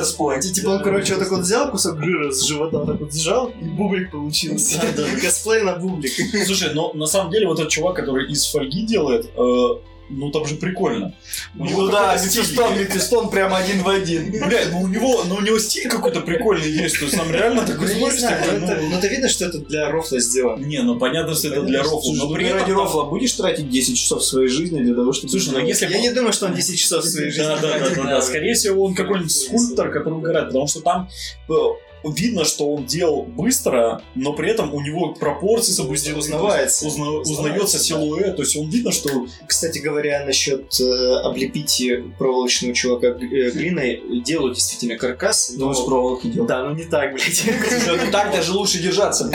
[SPEAKER 1] Типа он, короче, вот так вот взял кусок жира с живота, вот так вот сжал, и бублик получился. Косплей на бублик.
[SPEAKER 2] Слушай, но на самом деле вот этот чувак, который из фольги делает, э, ну там же прикольно. У него
[SPEAKER 3] Ну да,
[SPEAKER 2] какой-то стиль
[SPEAKER 3] Лепестон, Лепестон прям один в один.
[SPEAKER 2] есть. Бля, ну у него, ну у него стиль какой-то прикольный есть, то есть там реально
[SPEAKER 1] Ну,
[SPEAKER 2] такой
[SPEAKER 1] не
[SPEAKER 2] смотришь,
[SPEAKER 1] знаю,
[SPEAKER 2] такой,
[SPEAKER 1] ну, это-
[SPEAKER 2] ну...
[SPEAKER 1] ну, это видно, что это для рофла сделано.
[SPEAKER 2] Не, ну понятно, что это для рофла,
[SPEAKER 1] ну
[SPEAKER 2] но
[SPEAKER 3] Слушай,
[SPEAKER 2] при
[SPEAKER 3] ты ради
[SPEAKER 2] этом... там-
[SPEAKER 3] рофла будешь тратить 10 часов своей жизни для того, чтобы...
[SPEAKER 2] Слушай, ну
[SPEAKER 3] делать?
[SPEAKER 2] если...
[SPEAKER 1] Я не думаю, что он 10 часов своей жизни
[SPEAKER 2] Да, да, да,
[SPEAKER 1] тратит
[SPEAKER 2] да,
[SPEAKER 1] на-
[SPEAKER 2] да. Скорее всего, он какой-нибудь скульптор, который угорает, потому что там э, видно, что он делал быстро, но при этом у него пропорции соблюдены.
[SPEAKER 1] Узнавается.
[SPEAKER 2] Узна-
[SPEAKER 1] Узнавается,
[SPEAKER 2] узнается
[SPEAKER 1] да.
[SPEAKER 2] силуэт, то есть он видно, что
[SPEAKER 1] Кстати говоря, насчет э, облепить проволочного чувака э, глиной, делают действительно каркас.
[SPEAKER 3] Думаю, Ну, с проволоки делать.
[SPEAKER 1] Да, ну не так, блядь.
[SPEAKER 3] Ну, Так даже лучше держаться.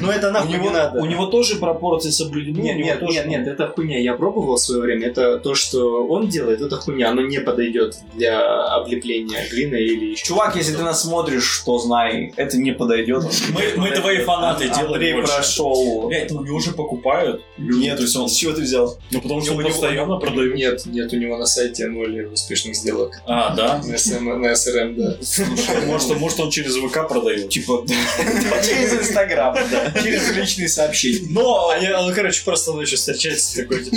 [SPEAKER 1] Ну это
[SPEAKER 3] у,
[SPEAKER 1] нахуй не
[SPEAKER 3] него, у
[SPEAKER 1] надо.
[SPEAKER 3] него тоже пропорции соблюдены. у
[SPEAKER 1] Нет,
[SPEAKER 3] него
[SPEAKER 1] нет,
[SPEAKER 3] тоже,
[SPEAKER 1] нет,
[SPEAKER 3] ну,
[SPEAKER 1] нет, это хуйня. Я пробовал в свое время. Это то, что он делает, это хуйня. Оно не подойдет для облепления глиной или еще.
[SPEAKER 3] Чувак, если ты нас смотришь, что знай, это не подойдет.
[SPEAKER 2] мы, мы твои фанаты
[SPEAKER 3] Андрей
[SPEAKER 2] делаем больше.
[SPEAKER 3] прошел.
[SPEAKER 2] Бля, это у него уже покупают. Нет, то есть он...
[SPEAKER 3] С чего ты взял?
[SPEAKER 2] Ну потому что
[SPEAKER 1] у
[SPEAKER 2] он
[SPEAKER 1] него-
[SPEAKER 2] постоянно продают.
[SPEAKER 1] Нет, нет, у него на сайте ноль успешных сделок.
[SPEAKER 2] А, да?
[SPEAKER 1] На СМ на СРМ, да.
[SPEAKER 2] Может, может, он через ВК продает.
[SPEAKER 3] Типа, через Инстаграм, да, через личные сообщения.
[SPEAKER 2] Но...
[SPEAKER 1] Они, он, короче, просто ночью встречается такой, типа,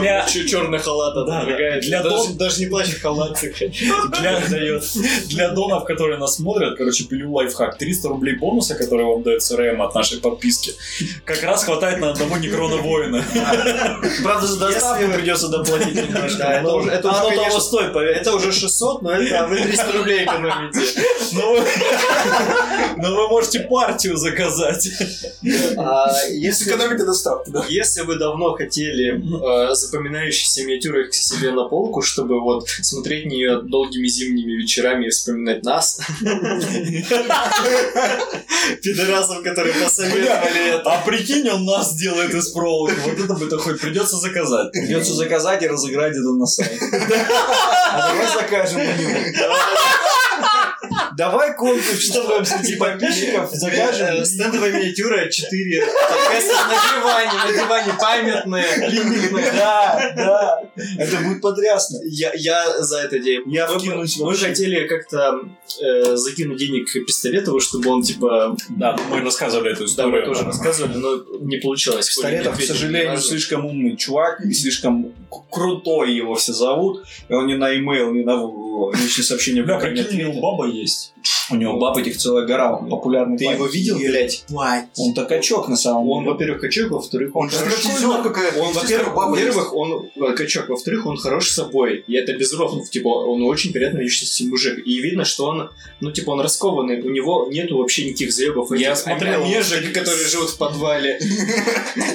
[SPEAKER 2] Для-
[SPEAKER 1] черный халат отодвигает.
[SPEAKER 2] для
[SPEAKER 1] даже,
[SPEAKER 2] дом-
[SPEAKER 1] даже не плачет халат, короче,
[SPEAKER 2] Для,
[SPEAKER 1] дает.
[SPEAKER 2] для донов, которые нас смотрят, короче, пилю лайфхак. 300 рублей бонуса, который вам дает СРМ от нашей подписки, как раз хватает на одного Некрона Воина.
[SPEAKER 3] Правда, за доставку придется доплатить
[SPEAKER 1] Да,
[SPEAKER 2] ну,
[SPEAKER 1] это уже- это уже,
[SPEAKER 3] Оно
[SPEAKER 1] конечно,
[SPEAKER 3] того стоит, поверь.
[SPEAKER 1] Это уже 600, но это вы 300 рублей экономите.
[SPEAKER 2] Но вы, но Ну, вы можете партию заказать.
[SPEAKER 1] А если,
[SPEAKER 4] Экономика доставки, да.
[SPEAKER 1] если вы давно хотели э, запоминающиеся миниатюры к себе на полку, чтобы вот смотреть на нее долгими зимними вечерами и вспоминать нас, пидорас. Пидорасов, которые посоветовали это.
[SPEAKER 2] А прикинь, он нас делает из проволоки. Вот это бы хоть придется заказать.
[SPEAKER 3] Придется заказать и разыграть это на сайте. А давай закажем у него. типа, Давай конкурс, чтобы обсудить подписчиков,
[SPEAKER 1] Э,
[SPEAKER 3] закажем.
[SPEAKER 1] Стендовая миниатюра 4. Подкасты на диване, на диване памятные, лимитные.
[SPEAKER 3] Да, да. Это будет потрясно.
[SPEAKER 1] Я, я за это идею.
[SPEAKER 3] Я
[SPEAKER 1] мы,
[SPEAKER 3] вкинусь
[SPEAKER 1] мы
[SPEAKER 3] вообще.
[SPEAKER 1] хотели как-то э, закинуть денег Пистолетову, чтобы он, типа,
[SPEAKER 2] Да, ну, мы рассказывали эту
[SPEAKER 1] да, мы
[SPEAKER 2] историю.
[SPEAKER 1] тоже рассказывали, но не получилось.
[SPEAKER 3] Пистолетов, к
[SPEAKER 1] Коля
[SPEAKER 3] сожалению,
[SPEAKER 1] Медведев
[SPEAKER 3] слишком умный чувак, и слишком к- крутой его все зовут. И он ни на e-mail, ни на в- в личные сообщения.
[SPEAKER 2] Бля,
[SPEAKER 3] в интернете
[SPEAKER 2] прикинь, у
[SPEAKER 3] не
[SPEAKER 2] него баба есть.
[SPEAKER 3] ответит. У него баб этих целая гора, он популярный.
[SPEAKER 1] Ты
[SPEAKER 3] парень.
[SPEAKER 1] его видел,
[SPEAKER 3] И
[SPEAKER 1] блядь?
[SPEAKER 3] Он то качок на самом
[SPEAKER 1] Он,
[SPEAKER 3] деле.
[SPEAKER 1] во-первых, качок, во-вторых,
[SPEAKER 4] Он же
[SPEAKER 1] хороший
[SPEAKER 4] стриптизер какая-то.
[SPEAKER 1] Он, во-первых,
[SPEAKER 4] баба есть.
[SPEAKER 1] во-первых, он э, качок, во-вторых, он хорош собой, и это без рофлов, типа, он очень приятный личности мужик, и видно, что он, ну, типа, он раскованный, у него нету вообще никаких заебов.
[SPEAKER 2] Я
[SPEAKER 1] этих
[SPEAKER 2] смотрел
[SPEAKER 1] омежек, которые живут в подвале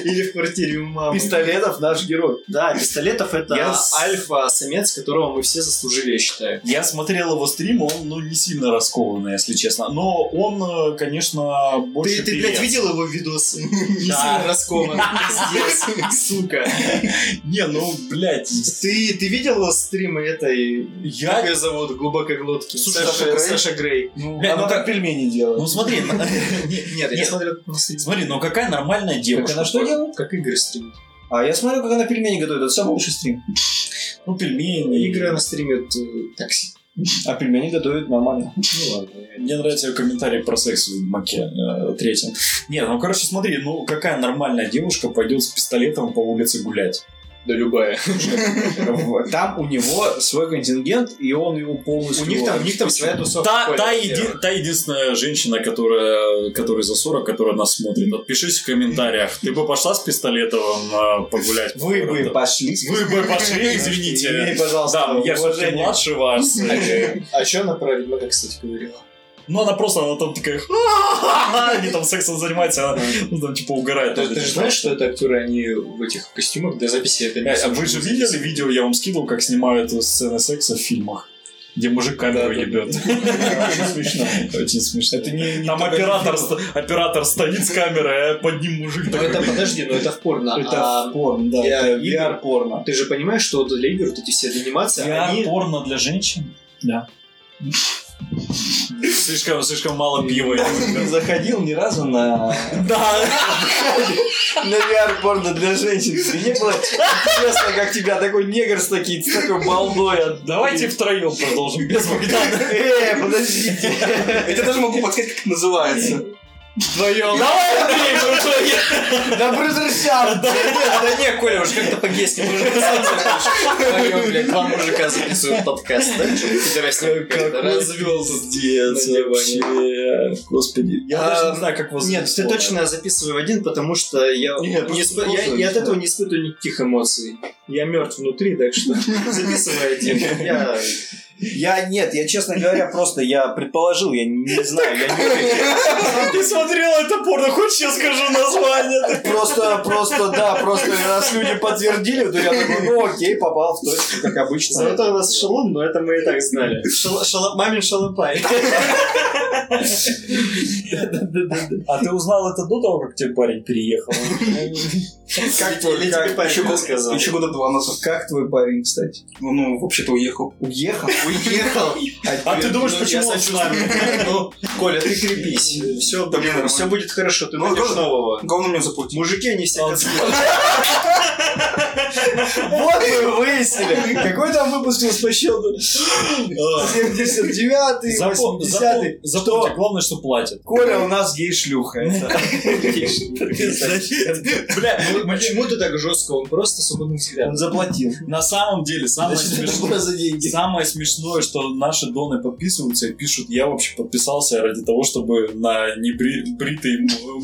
[SPEAKER 1] или в квартире у мамы.
[SPEAKER 3] Пистолетов наш герой.
[SPEAKER 1] Да, Пистолетов это
[SPEAKER 2] Я с-
[SPEAKER 1] альфа-самец, которого мы все заслужили, я считаю.
[SPEAKER 2] Я смотрел его стрим, он, ну, не сильно раскованный, если честно. Но он, э, конечно, больше
[SPEAKER 1] Ты, ты, блядь,
[SPEAKER 2] певец.
[SPEAKER 1] видел его видос? Не
[SPEAKER 2] Да.
[SPEAKER 1] сильно раскован. Пиздец, сука.
[SPEAKER 2] Не, ну, блядь,
[SPEAKER 1] Ты, ты видел стримы этой...
[SPEAKER 2] Я-
[SPEAKER 1] Как ее зовут? Глубокоглотки.
[SPEAKER 2] Слушай,
[SPEAKER 1] Саша,
[SPEAKER 2] Саша Грей?
[SPEAKER 1] Саша Грей. Э,
[SPEAKER 3] Ну,
[SPEAKER 2] Бля,
[SPEAKER 3] она
[SPEAKER 2] ну
[SPEAKER 3] так
[SPEAKER 2] как-
[SPEAKER 3] пельмени делает.
[SPEAKER 2] Ну смотри, на-
[SPEAKER 1] Нет, я
[SPEAKER 2] Нет.
[SPEAKER 1] смотрел на стрим.
[SPEAKER 2] смотри, ну какая нормальная девушка.
[SPEAKER 3] Так она что делает?
[SPEAKER 1] Как игры стримит.
[SPEAKER 3] А я смотрю, как она пельмени готовит. Это самый лучший стрим.
[SPEAKER 2] Ну пельмени.
[SPEAKER 1] Игры она стримит э, такси.
[SPEAKER 3] А пельмени готовит нормально.
[SPEAKER 1] Ну ладно.
[SPEAKER 2] Мне нравится ее комментарий про секс в маке э, третьем. Не, ну короче, смотри, ну какая нормальная девушка пойдет с пистолетом по улице гулять?
[SPEAKER 1] Да любая.
[SPEAKER 3] Вот. Там у него свой контингент, и он его полностью...
[SPEAKER 1] У них там, у них там своя тусовка.
[SPEAKER 2] Та,
[SPEAKER 1] Коля,
[SPEAKER 2] та,
[SPEAKER 1] во-первых.
[SPEAKER 2] еди- та единственная женщина, которая, которая за 40, которая нас смотрит, отпишись в комментариях. Ты бы пошла с пистолетом э, погулять? по
[SPEAKER 3] Вы бы
[SPEAKER 2] городу?
[SPEAKER 3] пошли.
[SPEAKER 2] Вы бы пошли, извините.
[SPEAKER 3] Извини, пожалуйста.
[SPEAKER 2] Да, я все-таки
[SPEAKER 3] уважение.
[SPEAKER 2] младше вас.
[SPEAKER 1] А еще она про ведьмака, кстати, говорила.
[SPEAKER 2] Ну, она просто, она там такая, они там сексом занимаются, она ну, там типа угорает.
[SPEAKER 1] Ты, ты же знаешь, что это актеры, они в этих костюмах для записи это
[SPEAKER 2] Э, а
[SPEAKER 1] не
[SPEAKER 2] вы же видели видео, я вам скидывал, как снимают сцены секса в фильмах? Где мужик камеру
[SPEAKER 1] Да, да.
[SPEAKER 2] ебет.
[SPEAKER 3] Очень смешно.
[SPEAKER 2] Очень смешно.
[SPEAKER 3] Это не... не
[SPEAKER 2] Там
[SPEAKER 3] только
[SPEAKER 2] оператор,
[SPEAKER 3] фильм.
[SPEAKER 2] ст- оператор стоит с камерой, а под ним мужик
[SPEAKER 1] Ну
[SPEAKER 2] такой.
[SPEAKER 1] это, подожди, но это в порно.
[SPEAKER 3] Это
[SPEAKER 1] А
[SPEAKER 3] порно, да.
[SPEAKER 1] я
[SPEAKER 3] Это
[SPEAKER 1] игр-
[SPEAKER 3] VR-порно.
[SPEAKER 1] ты же понимаешь, что для игр вот эти все анимации,
[SPEAKER 2] Я
[SPEAKER 1] они...
[SPEAKER 2] порно для женщин? Да. Слишком, слишком мало пива.
[SPEAKER 3] Не заходил ни разу на...
[SPEAKER 2] Да.
[SPEAKER 3] На VR-порно для женщин. Тебе не было интересно, как тебя такой негр с таким, с такой балдой от...
[SPEAKER 2] Давайте втроем продолжим без Богдана.
[SPEAKER 3] Э, подождите.
[SPEAKER 4] Я тебе даже могу подсказать, как это называется.
[SPEAKER 1] Вдвоем.
[SPEAKER 2] Давай, Андрей, мы втроем.
[SPEAKER 3] Да брызжал.
[SPEAKER 1] Да не, Коля, уж как-то по-гейски нужно Вдвоем, блядь, два мужика записывают подкаст, да? Чё ты, пидорасник, какой-то развёл тут на диване.
[SPEAKER 2] вообще. Господи. Я
[SPEAKER 1] А,
[SPEAKER 2] даже не знаю, как вас
[SPEAKER 1] Нет, ты
[SPEAKER 2] зовут.
[SPEAKER 1] точно записывай в один, потому что я,
[SPEAKER 4] Нет,
[SPEAKER 1] не
[SPEAKER 4] просто
[SPEAKER 1] испы-
[SPEAKER 4] просто
[SPEAKER 1] я, я от
[SPEAKER 4] записывай.
[SPEAKER 1] этого не испытываю никаких эмоций. Я мертв внутри, так что записывай один. Я
[SPEAKER 3] Я нет, я, честно говоря, просто я предположил, я не знаю, я не уверен.
[SPEAKER 2] Ты смотрел это порно, хочешь я скажу название?
[SPEAKER 3] Просто, просто, да, просто раз люди подтвердили, то я такой, ну окей, попал в точку, как обычно.
[SPEAKER 1] Зато у нас шалун, но это мы и так знали. Шала- шала- Мамин шалопай.
[SPEAKER 2] А ты узнал это до того, как тебе парень переехал?
[SPEAKER 1] Как или тебе парень рассказал?
[SPEAKER 4] Еще года два назад.
[SPEAKER 3] Как твой парень, кстати?
[SPEAKER 4] Ну, ну, вообще-то уехал.
[SPEAKER 3] Уехал?
[SPEAKER 1] Уехал.
[SPEAKER 2] А ты думаешь,
[SPEAKER 1] Ну,
[SPEAKER 2] почему
[SPEAKER 1] я
[SPEAKER 2] он с нами?
[SPEAKER 1] сочувствую. Ну, Коля, ты крепись. Все,
[SPEAKER 4] Да, блин,
[SPEAKER 1] все Э, будет а хорошо, ты
[SPEAKER 4] Ну,
[SPEAKER 1] найдешь
[SPEAKER 4] тоже-
[SPEAKER 1] нового.
[SPEAKER 4] Главное, мне заплатил.
[SPEAKER 1] Мужики, они все
[SPEAKER 2] Он
[SPEAKER 1] козлы.
[SPEAKER 3] Вот мы выяснили. Какой там выпуск у нас по счету? 79-й,
[SPEAKER 2] Запом-
[SPEAKER 3] 80-й.
[SPEAKER 2] запом- Запомните, главное, что платят.
[SPEAKER 3] Коля у нас гей-шлюха. Это-
[SPEAKER 2] Бля, ну, мы-
[SPEAKER 1] Почему ты так жестко? Он просто свободный взгляд.
[SPEAKER 3] Он заплатил.
[SPEAKER 2] на самом деле, самое
[SPEAKER 3] Значит, это
[SPEAKER 2] смешное,
[SPEAKER 3] было за деньги.
[SPEAKER 2] Самое смешное, что наши доны подписываются и пишут, я вообще подписался ради того, чтобы на небритый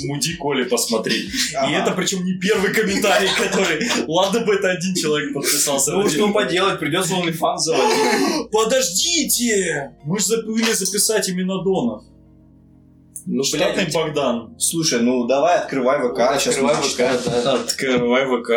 [SPEAKER 2] муди Коли посмотреть. И это причем не первый комментарий, который... Ладно бы это один человек подписался.
[SPEAKER 3] Ну
[SPEAKER 2] ради
[SPEAKER 3] что
[SPEAKER 2] этого.
[SPEAKER 3] поделать, придется OnlyFans заводить.
[SPEAKER 2] Подождите! Мы же забыли записать имена донов.
[SPEAKER 1] Ну,
[SPEAKER 2] Штатный Богдан.
[SPEAKER 3] Слушай, ну давай открывай ВК. сейчас
[SPEAKER 1] Открывай
[SPEAKER 3] мы
[SPEAKER 1] ВК,
[SPEAKER 3] читаем.
[SPEAKER 1] да.
[SPEAKER 2] Открывай ВК.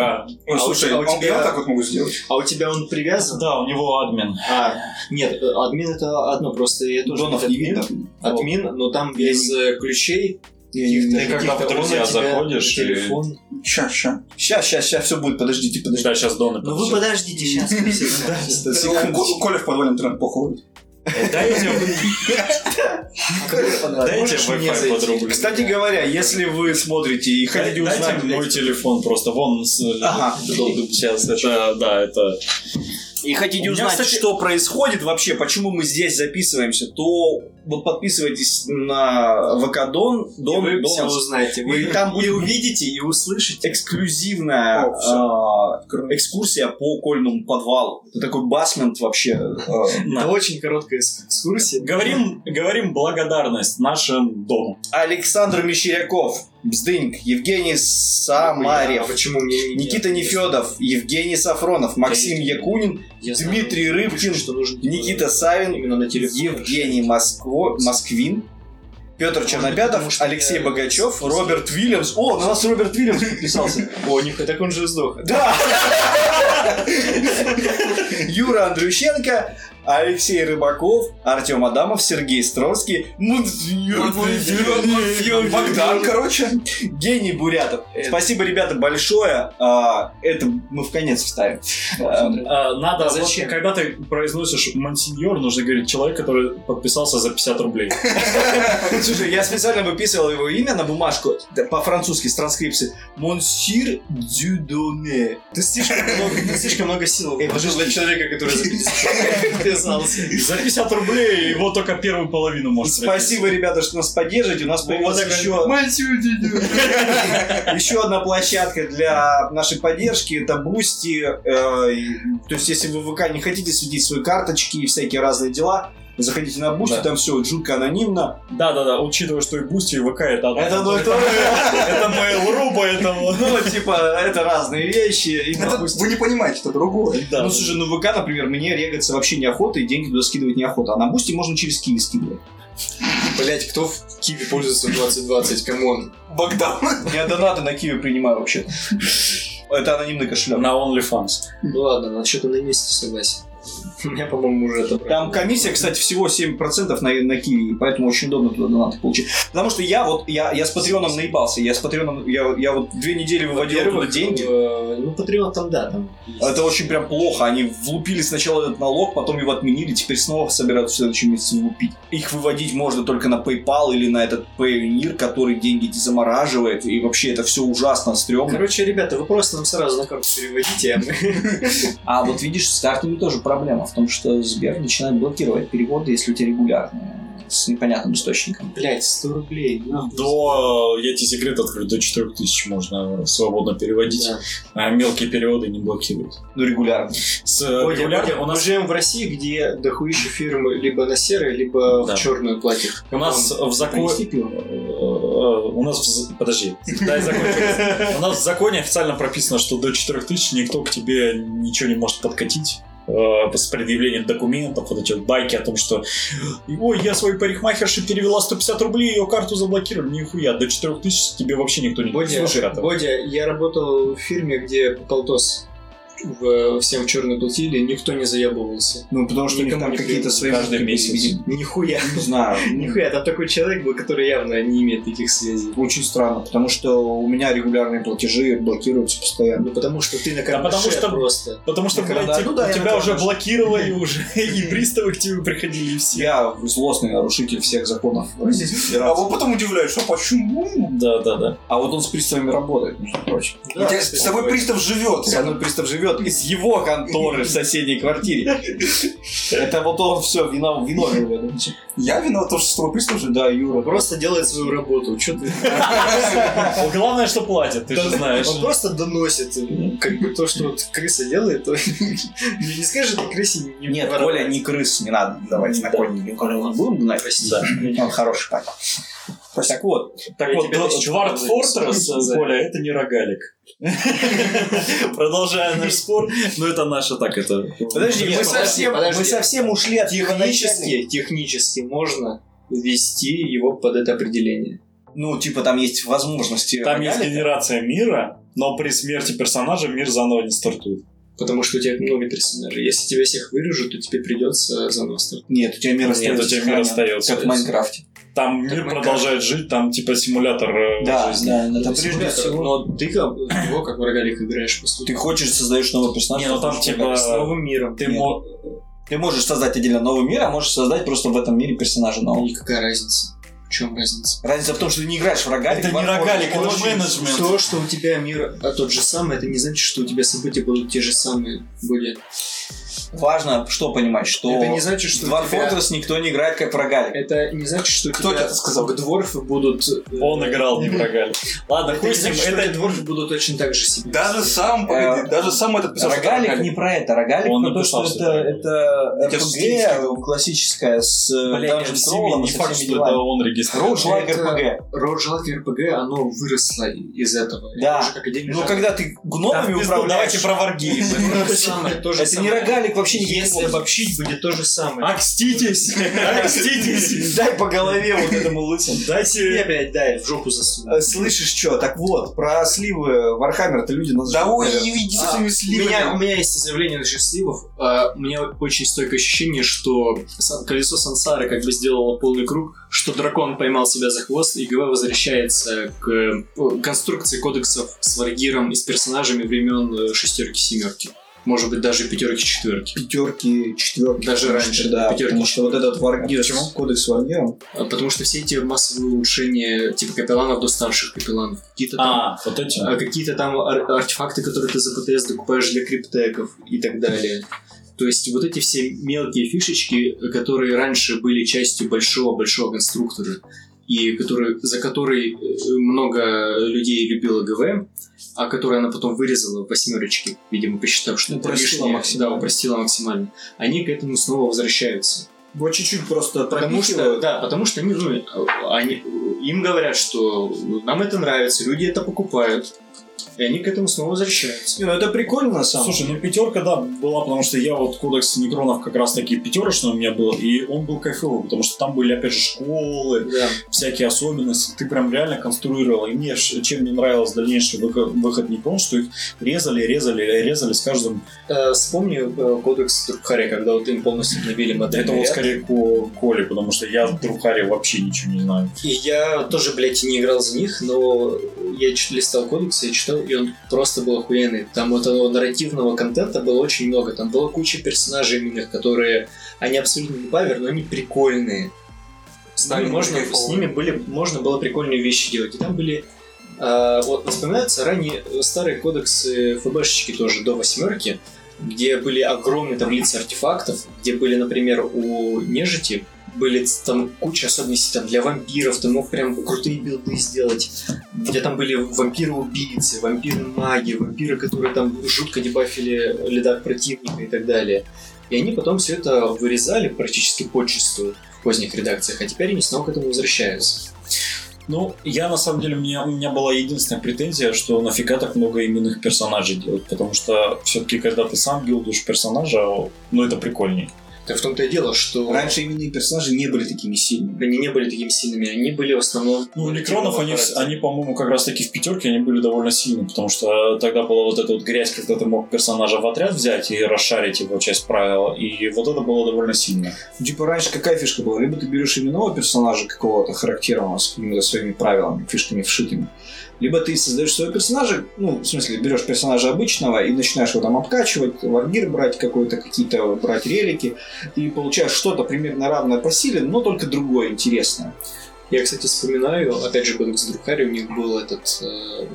[SPEAKER 4] Ой,
[SPEAKER 1] А
[SPEAKER 4] слушай,
[SPEAKER 1] у тебя-
[SPEAKER 4] он- я вот так вот могу сделать.
[SPEAKER 1] А у тебя он привязан?
[SPEAKER 2] Да, у него админ.
[SPEAKER 1] А, нет, э, админ это одно, просто я тоже...
[SPEAKER 3] Донов
[SPEAKER 1] ведь
[SPEAKER 3] не
[SPEAKER 1] админ.
[SPEAKER 3] видно.
[SPEAKER 1] Админ, но там без э, ключей. каких-то-
[SPEAKER 2] Ты когда
[SPEAKER 1] каких-то
[SPEAKER 2] в друзья
[SPEAKER 1] он у тебя
[SPEAKER 2] заходишь,
[SPEAKER 1] на Телефон.
[SPEAKER 4] Ща, ща.
[SPEAKER 3] Сейчас, сейчас, сейчас все будет, подождите, подождите.
[SPEAKER 2] Да, сейчас Дон и
[SPEAKER 1] Ну вы
[SPEAKER 2] подожди.
[SPEAKER 1] подождите сейчас.
[SPEAKER 3] Да,
[SPEAKER 4] Э,
[SPEAKER 3] секунду.
[SPEAKER 4] Ко- Коля в подвале интернет плохо ловит.
[SPEAKER 2] Дайте, дайте
[SPEAKER 1] Можешь мне
[SPEAKER 2] Wi-Fi
[SPEAKER 1] зайти?
[SPEAKER 2] подругу.
[SPEAKER 3] Кстати говоря, если вы смотрите и хотите
[SPEAKER 2] Дайте
[SPEAKER 3] узнать...
[SPEAKER 2] мой телефон просто, вон с-
[SPEAKER 3] Ага.
[SPEAKER 2] сейчас, это, да, это...
[SPEAKER 3] И хотите
[SPEAKER 2] У меня,
[SPEAKER 3] узнать,
[SPEAKER 2] кстати-
[SPEAKER 3] что происходит вообще, почему мы здесь записываемся, то вот подписывайтесь на ВК Дон, Дон,
[SPEAKER 1] вы
[SPEAKER 3] Дон.
[SPEAKER 1] все узнаете.
[SPEAKER 3] И
[SPEAKER 1] Вы
[SPEAKER 3] там
[SPEAKER 1] и
[SPEAKER 3] будет
[SPEAKER 1] увидите, и услышите.
[SPEAKER 3] эксклюзивная
[SPEAKER 4] О, всё.
[SPEAKER 3] а, экскурсия по кольному подвалу. Это такой басмент вообще. э,
[SPEAKER 2] На.
[SPEAKER 1] Это очень короткая экскурсия.
[SPEAKER 2] Говорим, говорим благодарность нашим Дону.
[SPEAKER 3] Александр Мещеряков, Бздыньк, Евгений
[SPEAKER 1] А
[SPEAKER 3] Самарев,
[SPEAKER 1] Почему мне не-
[SPEAKER 3] Никита Нефедов, Евгений Сафронов, Максим
[SPEAKER 1] Я-
[SPEAKER 3] Якунин,
[SPEAKER 1] Я знаю,
[SPEAKER 3] Дмитрий Рыбкин,
[SPEAKER 1] что нужно
[SPEAKER 3] Никита Савин,
[SPEAKER 1] именно на телефон.
[SPEAKER 3] Евгений Москво- Москвин, Петр
[SPEAKER 1] быть, потому
[SPEAKER 3] Чернобятов,
[SPEAKER 1] что
[SPEAKER 3] Алексей
[SPEAKER 1] я-
[SPEAKER 3] Богачев, Роберт Вильямс. О, на нас Роберт Вильямс подписался.
[SPEAKER 1] О, них так он же сдох.
[SPEAKER 3] Да! Юра Андрющенко, Алексей Рыбаков, Артем Адамов, Сергей Строрский,
[SPEAKER 4] Богдан, короче.
[SPEAKER 3] Гений Бурятов.
[SPEAKER 2] Э.
[SPEAKER 3] Спасибо, ребята, большое. А, Это мы в конец вставим. А,
[SPEAKER 2] А, Надо, вот
[SPEAKER 1] Зачем?
[SPEAKER 2] когда ты произносишь «монсеньор», нужно говорить «человек, который подписался за 50 рублей».
[SPEAKER 3] Слушай, я специально выписывал его имя на бумажку да, по-французски с транскрипции. Монсир Дюдоне.
[SPEAKER 1] Ты слишком много, ты слишком много сил.
[SPEAKER 3] Эй, подожди,
[SPEAKER 1] для человека, который записался.
[SPEAKER 2] За 50 рублей его только первую половину может
[SPEAKER 3] Спасибо, ребята, что нас поддержите. У нас
[SPEAKER 2] Ну,
[SPEAKER 3] появилась
[SPEAKER 2] вот так
[SPEAKER 3] еще... Еще одна площадка для нашей поддержки это Бусти. э, То есть, если вы в ВК не хотите светить свои карточки и всякие разные дела, заходите на Бусти,
[SPEAKER 2] Да.
[SPEAKER 3] там все жутко анонимно.
[SPEAKER 2] Да-да-да, учитывая, что и Бусти, и ВК это одно.
[SPEAKER 3] Это одно и то же.
[SPEAKER 2] Это Mail.ru, поэтому...
[SPEAKER 3] Ну, типа, это разные вещи. И на
[SPEAKER 4] Это
[SPEAKER 3] Boosty-
[SPEAKER 4] Вы не понимаете, это другое.
[SPEAKER 2] Да.
[SPEAKER 3] Ну, слушай, ну ВК, например, мне регаться вообще неохота, и деньги туда скидывать неохота. А на Бусти можно через Киви скидывать.
[SPEAKER 1] Блять, кто в Киеве пользуется 2020, камон.
[SPEAKER 4] Богдан.
[SPEAKER 3] Я донаты на Киви принимаю вообще. Это анонимный кошелек.
[SPEAKER 2] на OnlyFans.
[SPEAKER 1] Ну ладно, на что-то на месте согласен. У меня, по-моему, уже это...
[SPEAKER 3] Там комиссия, кстати, всего 7% на, на Киви, и поэтому очень удобно туда донаты получить. Потому что я вот, я, я с Патреоном наебался, я с Патреоном, я, я вот две недели выводил оттуда
[SPEAKER 1] Во-первых,
[SPEAKER 3] деньги.
[SPEAKER 1] э, Ну, Патреон там, да, там.
[SPEAKER 3] Это очень прям плохо, они влупили сначала этот налог, потом его отменили, теперь снова собираются в следующем месяце влупить. Их выводить можно только на PayPal или на этот Payoneer, который деньги эти замораживает, и вообще это все ужасно стрёмно.
[SPEAKER 1] Короче, ребята, вы просто нам сразу на карту переводите, а мы...
[SPEAKER 3] А вот видишь, с картами тоже проблема в том, что Сбер начинает блокировать переводы, если у тебя регулярные, с непонятным источником.
[SPEAKER 1] Блять, 100 рублей, нахуй.
[SPEAKER 2] До, э, я тебе секрет открою, до 4000 можно свободно переводить,
[SPEAKER 1] Да.
[SPEAKER 2] а мелкие переводы не блокируют.
[SPEAKER 3] Ну, регулярно.
[SPEAKER 2] С э,
[SPEAKER 1] Ой,
[SPEAKER 2] регулярно-
[SPEAKER 1] я-
[SPEAKER 2] у
[SPEAKER 1] Мы
[SPEAKER 2] нас,
[SPEAKER 1] живем в России, где дохуища фирмы либо на серое, либо
[SPEAKER 2] Да.
[SPEAKER 1] в черную платят.
[SPEAKER 2] у нас в законе...
[SPEAKER 1] Принести пиво?
[SPEAKER 2] Э, У нас... в з- Подожди. Дай закончу. У нас в законе официально прописано, что до 4000 никто к тебе ничего не может подкатить э, с предъявлением документов, вот эти вот байки о том, что «Ой, я своей парикмахерше перевела 150 рублей, ее карту заблокировали». Нихуя, до 4000 тебе вообще никто не...
[SPEAKER 1] Бодя,
[SPEAKER 2] Слушай, это-
[SPEAKER 1] Бодя, я работал в фирме, где полтос в, всем в черной платили, никто не заебывался.
[SPEAKER 3] Ну, потому что у них
[SPEAKER 1] Никому
[SPEAKER 3] там
[SPEAKER 1] не
[SPEAKER 3] какие-то
[SPEAKER 1] приятно.
[SPEAKER 3] свои...
[SPEAKER 2] Каждый
[SPEAKER 3] штуки
[SPEAKER 2] месяц.
[SPEAKER 3] были.
[SPEAKER 1] Нихуя.
[SPEAKER 3] Не знаю.
[SPEAKER 1] Нихуя, там такой человек был, который явно не имеет таких связей.
[SPEAKER 3] Очень странно, потому что у меня регулярные платежи блокируются постоянно.
[SPEAKER 1] Ну потому что ты на
[SPEAKER 2] Да потому
[SPEAKER 1] карандаше
[SPEAKER 2] что-
[SPEAKER 1] просто.
[SPEAKER 2] Потому что,
[SPEAKER 3] Ну,
[SPEAKER 2] блядь,
[SPEAKER 3] да,
[SPEAKER 2] те-
[SPEAKER 3] ну да, я
[SPEAKER 2] тебя
[SPEAKER 3] на
[SPEAKER 2] уже
[SPEAKER 3] карандаш.
[SPEAKER 2] блокировали уже, и приставы к тебе приходили, и все.
[SPEAKER 3] Я злостный нарушитель всех законов
[SPEAKER 1] Ну,
[SPEAKER 3] Российской
[SPEAKER 4] А
[SPEAKER 3] Федерации.
[SPEAKER 4] вот потом удивляешься, а почему?
[SPEAKER 2] Да, да, да.
[SPEAKER 3] А вот он с приставами работает, между прочим.
[SPEAKER 4] У тебя с тобой пристав живет.
[SPEAKER 3] Со мной пристав живет из его конторы в соседней квартире. Это вот он все виновен в этом.
[SPEAKER 4] Я виноват, то, что с тобой пристав живет.
[SPEAKER 3] Да, Юра.
[SPEAKER 1] Просто делает свою работу. Чё ты?
[SPEAKER 2] Ну, Главное, что платят, ты же знаешь.
[SPEAKER 1] Он просто доносит. Как бы то, что вот крыса делает, то не не скажешь ты крысе не
[SPEAKER 3] Нет,
[SPEAKER 1] воровать.
[SPEAKER 3] Коля не крыс, не надо. Давайте на
[SPEAKER 2] Да.
[SPEAKER 3] Колю. Колю мы будем гнать?
[SPEAKER 2] Да.
[SPEAKER 3] Он хороший парень. Так вот,
[SPEAKER 2] Так
[SPEAKER 1] Я
[SPEAKER 2] вот,
[SPEAKER 1] тебя
[SPEAKER 2] Два-
[SPEAKER 1] тысячу
[SPEAKER 2] Двард
[SPEAKER 1] долларов
[SPEAKER 2] Фортресс,
[SPEAKER 1] за-
[SPEAKER 2] Коля, это не рогалик. Продолжая наш спор, но это наша так, это...
[SPEAKER 3] Подожди,
[SPEAKER 1] Нет, подожди,
[SPEAKER 3] мы, совсем,
[SPEAKER 1] подожди.
[SPEAKER 3] мы совсем ушли от
[SPEAKER 1] Технически,
[SPEAKER 3] первоначальной-
[SPEAKER 1] технически можно ввести его под это определение.
[SPEAKER 3] Ну, типа, там есть возможности.
[SPEAKER 2] Там есть
[SPEAKER 3] рогалика.
[SPEAKER 2] генерация мира, но при смерти персонажа мир заново не стартует.
[SPEAKER 1] Потому что у тебя много персонажей. Если тебя всех вырежут, то тебе придется заново стартовать.
[SPEAKER 3] Нет, у тебя мир
[SPEAKER 2] Нет,
[SPEAKER 3] остается.
[SPEAKER 2] у тебя мир
[SPEAKER 3] сохранен,
[SPEAKER 2] остается.
[SPEAKER 3] Как в Майнкрафте.
[SPEAKER 2] Там
[SPEAKER 1] Так
[SPEAKER 2] мир
[SPEAKER 1] мы
[SPEAKER 2] продолжает жить, там типа симулятор э,
[SPEAKER 3] Да,
[SPEAKER 2] жизни.
[SPEAKER 3] да, это
[SPEAKER 1] Это
[SPEAKER 3] прежде
[SPEAKER 1] симулятор.
[SPEAKER 3] всего.
[SPEAKER 1] Но ты как- в него как в рогалик играешь, по сути.
[SPEAKER 3] Ты хочешь, создаешь новый персонаж.
[SPEAKER 2] Не, ну там
[SPEAKER 3] хочешь
[SPEAKER 2] типа-
[SPEAKER 3] играть.
[SPEAKER 1] С новым миром.
[SPEAKER 2] Ты
[SPEAKER 3] Нет.
[SPEAKER 2] мо-
[SPEAKER 3] Ты можешь создать отдельно новый мир, а можешь создать просто в этом мире персонажа нового.
[SPEAKER 1] Никакая разница. В чем разница?
[SPEAKER 3] Разница в том, что ты не играешь в рогалик.
[SPEAKER 2] Это
[SPEAKER 3] в
[SPEAKER 2] не
[SPEAKER 3] отбор.
[SPEAKER 2] рогалик, это
[SPEAKER 3] Очень-
[SPEAKER 2] менеджмент.
[SPEAKER 1] То, что у тебя мир а тот же самый, это не значит, что у тебя события будут те же самые. Были.
[SPEAKER 3] Важно, что понимать, что...
[SPEAKER 1] Это не значит,
[SPEAKER 3] в
[SPEAKER 1] что у
[SPEAKER 3] Dwarf
[SPEAKER 1] тебя...
[SPEAKER 3] Fortress никто не играет как в рогалик.
[SPEAKER 1] Это не значит, что у
[SPEAKER 4] Кто
[SPEAKER 1] тебя
[SPEAKER 4] это сказал?
[SPEAKER 1] к дворфы будут... э,
[SPEAKER 2] Он играл не в рогалик. Ладно,
[SPEAKER 1] Это не
[SPEAKER 2] хуй с ним.
[SPEAKER 1] значит, что
[SPEAKER 2] это-
[SPEAKER 1] эти дворфы будут точно так же себе.
[SPEAKER 4] Даже сам, погоди, даже сам этот писал, что
[SPEAKER 3] Рогалик не про это, рогалик
[SPEAKER 2] Он
[SPEAKER 3] про то,
[SPEAKER 2] написал,
[SPEAKER 3] что
[SPEAKER 2] что
[SPEAKER 3] это,
[SPEAKER 2] это
[SPEAKER 3] это
[SPEAKER 4] Я в стиле
[SPEAKER 3] RPG классическая с э,
[SPEAKER 2] Блядь,
[SPEAKER 3] Dungeon
[SPEAKER 2] в
[SPEAKER 3] Crawl'ом
[SPEAKER 2] Steam
[SPEAKER 3] и
[SPEAKER 2] не
[SPEAKER 3] со
[SPEAKER 2] факт,
[SPEAKER 3] всеми
[SPEAKER 2] что это
[SPEAKER 3] делами.
[SPEAKER 2] он регистрировал.
[SPEAKER 3] Roguelike
[SPEAKER 1] Это-
[SPEAKER 3] RPG.
[SPEAKER 1] Roguelike RPG, оно выросло из этого.
[SPEAKER 3] Да.
[SPEAKER 1] Это уже Ну, как отдельный
[SPEAKER 3] Но
[SPEAKER 1] жанр.
[SPEAKER 3] Ну, когда ты
[SPEAKER 2] Да,
[SPEAKER 3] гномами
[SPEAKER 2] в пизду, Давайте
[SPEAKER 3] управляешь...
[SPEAKER 2] про варгейм.
[SPEAKER 1] То же самое, то же
[SPEAKER 3] Это не
[SPEAKER 1] самое.
[SPEAKER 3] рогалик вообще никаким
[SPEAKER 1] Если
[SPEAKER 3] образом.
[SPEAKER 1] обобщить, будет то же самое.
[SPEAKER 2] Окститесь! Окститесь!
[SPEAKER 3] Дай по голове вот этому лысому.
[SPEAKER 1] И
[SPEAKER 2] Дайте...
[SPEAKER 1] опять, да, в жопу засунул.
[SPEAKER 3] Э, Слышишь, что? Так вот, про сливы Вархаммера-то люди нас
[SPEAKER 4] Да
[SPEAKER 3] ждут,
[SPEAKER 4] ой,
[SPEAKER 3] наверное.
[SPEAKER 4] иди
[SPEAKER 1] А,
[SPEAKER 4] с этими
[SPEAKER 1] У меня, у
[SPEAKER 4] сливами.
[SPEAKER 1] меня есть заявление насчет сливов. А, у меня очень стойкое ощущение, что сан- колесо сансары как бы сделало полный круг, что дракон поймал себя за хвост, и ГВ возвращается к э, конструкции кодексов с варгиром и с персонажами времен э, шестерки-семерки. Может быть, даже пятерки-четверки.
[SPEAKER 3] пятерки, четверки.
[SPEAKER 1] Даже
[SPEAKER 3] потому
[SPEAKER 1] раньше, А
[SPEAKER 3] что, да,
[SPEAKER 1] пятерки,
[SPEAKER 3] потому что вот этот варгир,
[SPEAKER 2] Почему?
[SPEAKER 3] с- кодекс варгира,
[SPEAKER 1] А, Потому что все эти массовые улучшения типа капелланов до старших капелланов, какие-то там
[SPEAKER 2] А, вот эти.
[SPEAKER 1] а какие-то там ар- артефакты, которые ты за ПТС докупаешь для криптеков и так далее. То есть вот эти все мелкие фишечки, которые раньше были частью большого-большого конструктора, и который, за который э, много людей любила ГВ, а которую она потом вырезала в восьмерочке, видимо, посчитав, что это
[SPEAKER 3] Упростила
[SPEAKER 1] лишнее.
[SPEAKER 3] максимально.
[SPEAKER 1] Да, упростила максимально. Они к этому снова возвращаются.
[SPEAKER 3] Вот чуть-чуть просто
[SPEAKER 1] Потому что,
[SPEAKER 3] пропихивают.
[SPEAKER 1] да, потому что они, ну, э, они, им говорят, что ну, нам это нравится, люди это покупают, и они к этому снова возвращаются.
[SPEAKER 3] Не, ну это прикольно на самом деле.
[SPEAKER 2] Слушай, ну пятерка, да, была, потому что я вот кодекс Некронов как раз таки пятерочный у меня был, и он был кайфовый, потому что там были, опять же, школы,
[SPEAKER 1] Да.
[SPEAKER 2] всякие особенности. Ты прям реально конструировал. И мне ш- чем не нравилось дальнейший выход, выход Некрон, что их резали, резали, резали с каждым.
[SPEAKER 1] Э, вспомни э, кодекс Трухари, когда вот им полностью обновили модель.
[SPEAKER 2] Это вот скорее Ко- Коли, потому что я в Друхаре вообще ничего не знаю.
[SPEAKER 1] И я тоже, блядь, не играл за них, но я чуть листал кодекс, я читал, и он просто был охуенный. Там вот этого нарративного контента было очень много. Там была куча персонажей именных, которые... Они абсолютно не бавер, но они прикольные. С, ними
[SPEAKER 4] Стали
[SPEAKER 1] можно,
[SPEAKER 4] более
[SPEAKER 1] с ними были, можно было прикольные вещи делать. И там были... а, вот вспоминаются ранее старые кодексы ФБшечки тоже, до восьмерки, где были огромные таблицы артефактов, где были, например, у нежити были там куча особенностей там, для вампиров, ты мог прям крутые билды сделать, где там были вампиры-убийцы, вампиры-маги, вампиры, которые там жутко дебафили лидак противника и так далее. И они потом все это вырезали практически подчистую в поздних редакциях, а теперь они снова к этому возвращаются.
[SPEAKER 2] Ну, я на самом деле, у меня, у меня была единственная претензия, что нафига так много именных персонажей делать, потому что все-таки, когда ты сам билдишь персонажа, ну это прикольней.
[SPEAKER 1] Так в том-то и дело, что
[SPEAKER 3] Раньше именные персонажи не были такими сильными.
[SPEAKER 1] они не были такими сильными, они были в основном...
[SPEAKER 2] Ну, у Некронов, они,
[SPEAKER 1] характера.
[SPEAKER 2] они, по-моему, как раз таки в пятерке, они были довольно сильны, потому что тогда была вот эта вот грязь, когда ты мог персонажа в отряд взять и расшарить его часть правила, и вот это было довольно сильно.
[SPEAKER 3] Ну, Типа раньше какая фишка была? Либо ты берешь именного персонажа какого-то характерного с какими-то своими правилами, фишками вшитыми, либо ты создаешь своего персонажа, ну, в смысле, берешь персонажа обычного и начинаешь его там обкачивать, варгир брать какой-то, какие-то брать релики, и получаешь что-то примерно равное по силе, но только другое интересное.
[SPEAKER 1] Я, кстати, вспоминаю, опять же, кодекс Друкари, у них был этот... э,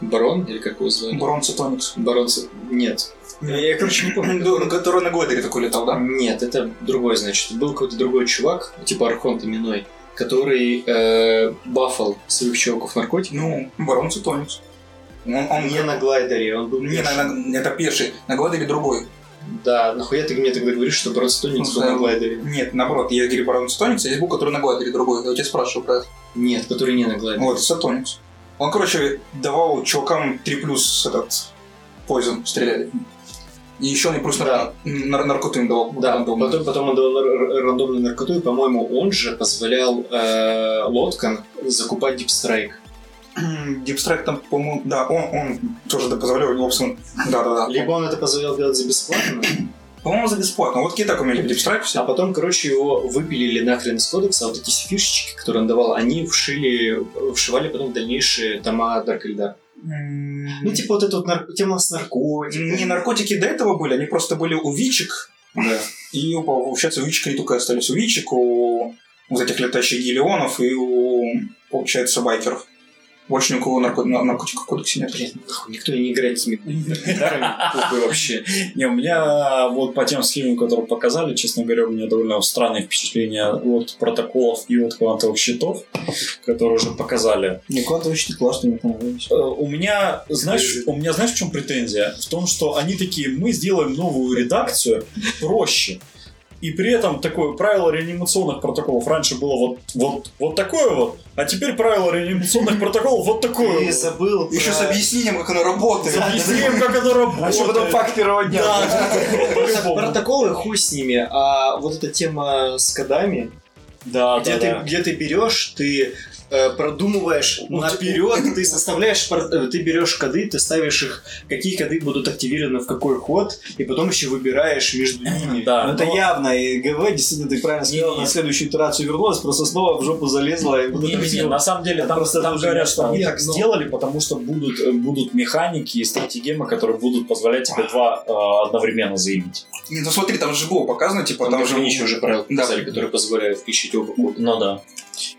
[SPEAKER 1] барон, или как его звали?
[SPEAKER 3] Бронза Тоникс.
[SPEAKER 1] Баронцы... Нет. Я, короче, не помню.
[SPEAKER 4] Ну, Который на Гойдере такой летал, да?
[SPEAKER 1] Нет, это другой, значит. Был какой-то другой чувак, типа Архонт именной, который э, бафал своих чуваков наркотиками.
[SPEAKER 4] Ну, Барон Цутоникс. Он, он
[SPEAKER 1] не на глайдере, он был
[SPEAKER 4] Не,
[SPEAKER 1] пешим.
[SPEAKER 4] на, на- это пеший. На Гладере другой.
[SPEAKER 1] Да, нахуя ты мне тогда говоришь, что Барон Стоникс
[SPEAKER 4] Ну,
[SPEAKER 1] был
[SPEAKER 4] да.
[SPEAKER 1] на глайдере?
[SPEAKER 4] Нет, наоборот, я говорю Барон Сатоникс, а есть был, который на Гладере другой. Я у тебя спрашиваю про это.
[SPEAKER 1] Нет, который не на глайдере.
[SPEAKER 4] Вот, Сатоникс. Он, короче, давал чувакам 3 плюс этот Пойзон стреляли. И еще мне просто
[SPEAKER 1] Да.
[SPEAKER 4] нар- наркоту им давал.
[SPEAKER 1] Да,
[SPEAKER 4] рандомно.
[SPEAKER 1] потом, потом он дал нар- рандомную наркоту, и, по-моему, он же позволял э, лодкам закупать дипстрайк.
[SPEAKER 4] Дипстрайк там, по-моему, да, он, он тоже это позволял, Лобсон, да-да-да.
[SPEAKER 1] Либо он это позволял делать за бесплатно,
[SPEAKER 4] По-моему, за бесплатно. Вот какие так умели Дипстрайк
[SPEAKER 1] а
[SPEAKER 4] все.
[SPEAKER 1] потом, короче, его выпилили нахрен из кодекса, а вот эти фишечки, которые он давал, они вшили, вшивали потом в дальнейшие тома Дарк Эльдар. Ну, типа вот эта вот нар- тема с наркотиками.
[SPEAKER 4] Не наркотики до этого были, они просто были у Вичек.
[SPEAKER 1] Да.
[SPEAKER 4] И, у- получается, у Вичек они только остались у Вичек, у вот этих летающих гелионов и у, получается, байкеров. Больше ни у кого нарко- на- наркотиков в кодексе нет.
[SPEAKER 1] Блин, нахуй, никто и не играет с этими гитарами. Похуй вообще.
[SPEAKER 2] Не, у меня вот по тем схемам, которые показали, честно говоря, у меня довольно странное впечатление от протоколов и от квантовых счетов, которые уже показали.
[SPEAKER 3] Не, куда-то очень классно мне понравилось.
[SPEAKER 2] Э, У меня, знаешь, у меня, знаешь, в чем претензия? В том, что они такие, мы сделаем новую редакцию проще. И при этом такое правило реанимационных протоколов раньше было вот, вот, вот такое вот, а теперь правило реанимационных протоколов вот такое
[SPEAKER 1] И
[SPEAKER 2] вот.
[SPEAKER 1] забыл
[SPEAKER 4] Еще с
[SPEAKER 1] про-
[SPEAKER 4] объяснением, как оно работает.
[SPEAKER 2] С объяснением, как оно
[SPEAKER 3] А что потом
[SPEAKER 2] работает.
[SPEAKER 3] факт первого дня?
[SPEAKER 2] Да, по-любому.
[SPEAKER 1] Протоколы хуй с ними, а вот эта тема с кодами,
[SPEAKER 2] Да,
[SPEAKER 1] А где,
[SPEAKER 2] да,
[SPEAKER 1] ты,
[SPEAKER 2] да.
[SPEAKER 1] где ты берешь, ты э, продумываешь
[SPEAKER 2] Ну,
[SPEAKER 1] наперед, ты составляешь, пор- э, ты берешь коды, ты ставишь их, какие коды будут активированы в какой ход, и потом еще выбираешь между ними.
[SPEAKER 2] Да,
[SPEAKER 3] Ну, это
[SPEAKER 2] но-
[SPEAKER 3] явно, и ГВ, действительно, ты правильно сказал,
[SPEAKER 2] Не-не.
[SPEAKER 3] на следующую итерацию вернулась, просто снова в жопу залезла. И вот
[SPEAKER 2] Не,
[SPEAKER 3] это
[SPEAKER 2] не,
[SPEAKER 3] всё.
[SPEAKER 2] не, на самом деле
[SPEAKER 3] Это
[SPEAKER 2] там,
[SPEAKER 3] просто
[SPEAKER 2] там
[SPEAKER 3] уже
[SPEAKER 2] говорят,
[SPEAKER 3] не
[SPEAKER 2] что они
[SPEAKER 1] стало.
[SPEAKER 2] так
[SPEAKER 1] Нет, ну-
[SPEAKER 2] сделали, потому что будут, э, будут механики и стратегемы, которые будут позволять тебе
[SPEAKER 3] А.
[SPEAKER 2] два э, одновременно заявить.
[SPEAKER 4] Не, ну смотри, там же было показано, типа, там,
[SPEAKER 1] Там
[SPEAKER 4] же...
[SPEAKER 1] же еще уже правила
[SPEAKER 4] Да.
[SPEAKER 1] показали, которые позволяют включить оба кода.
[SPEAKER 2] Ну да.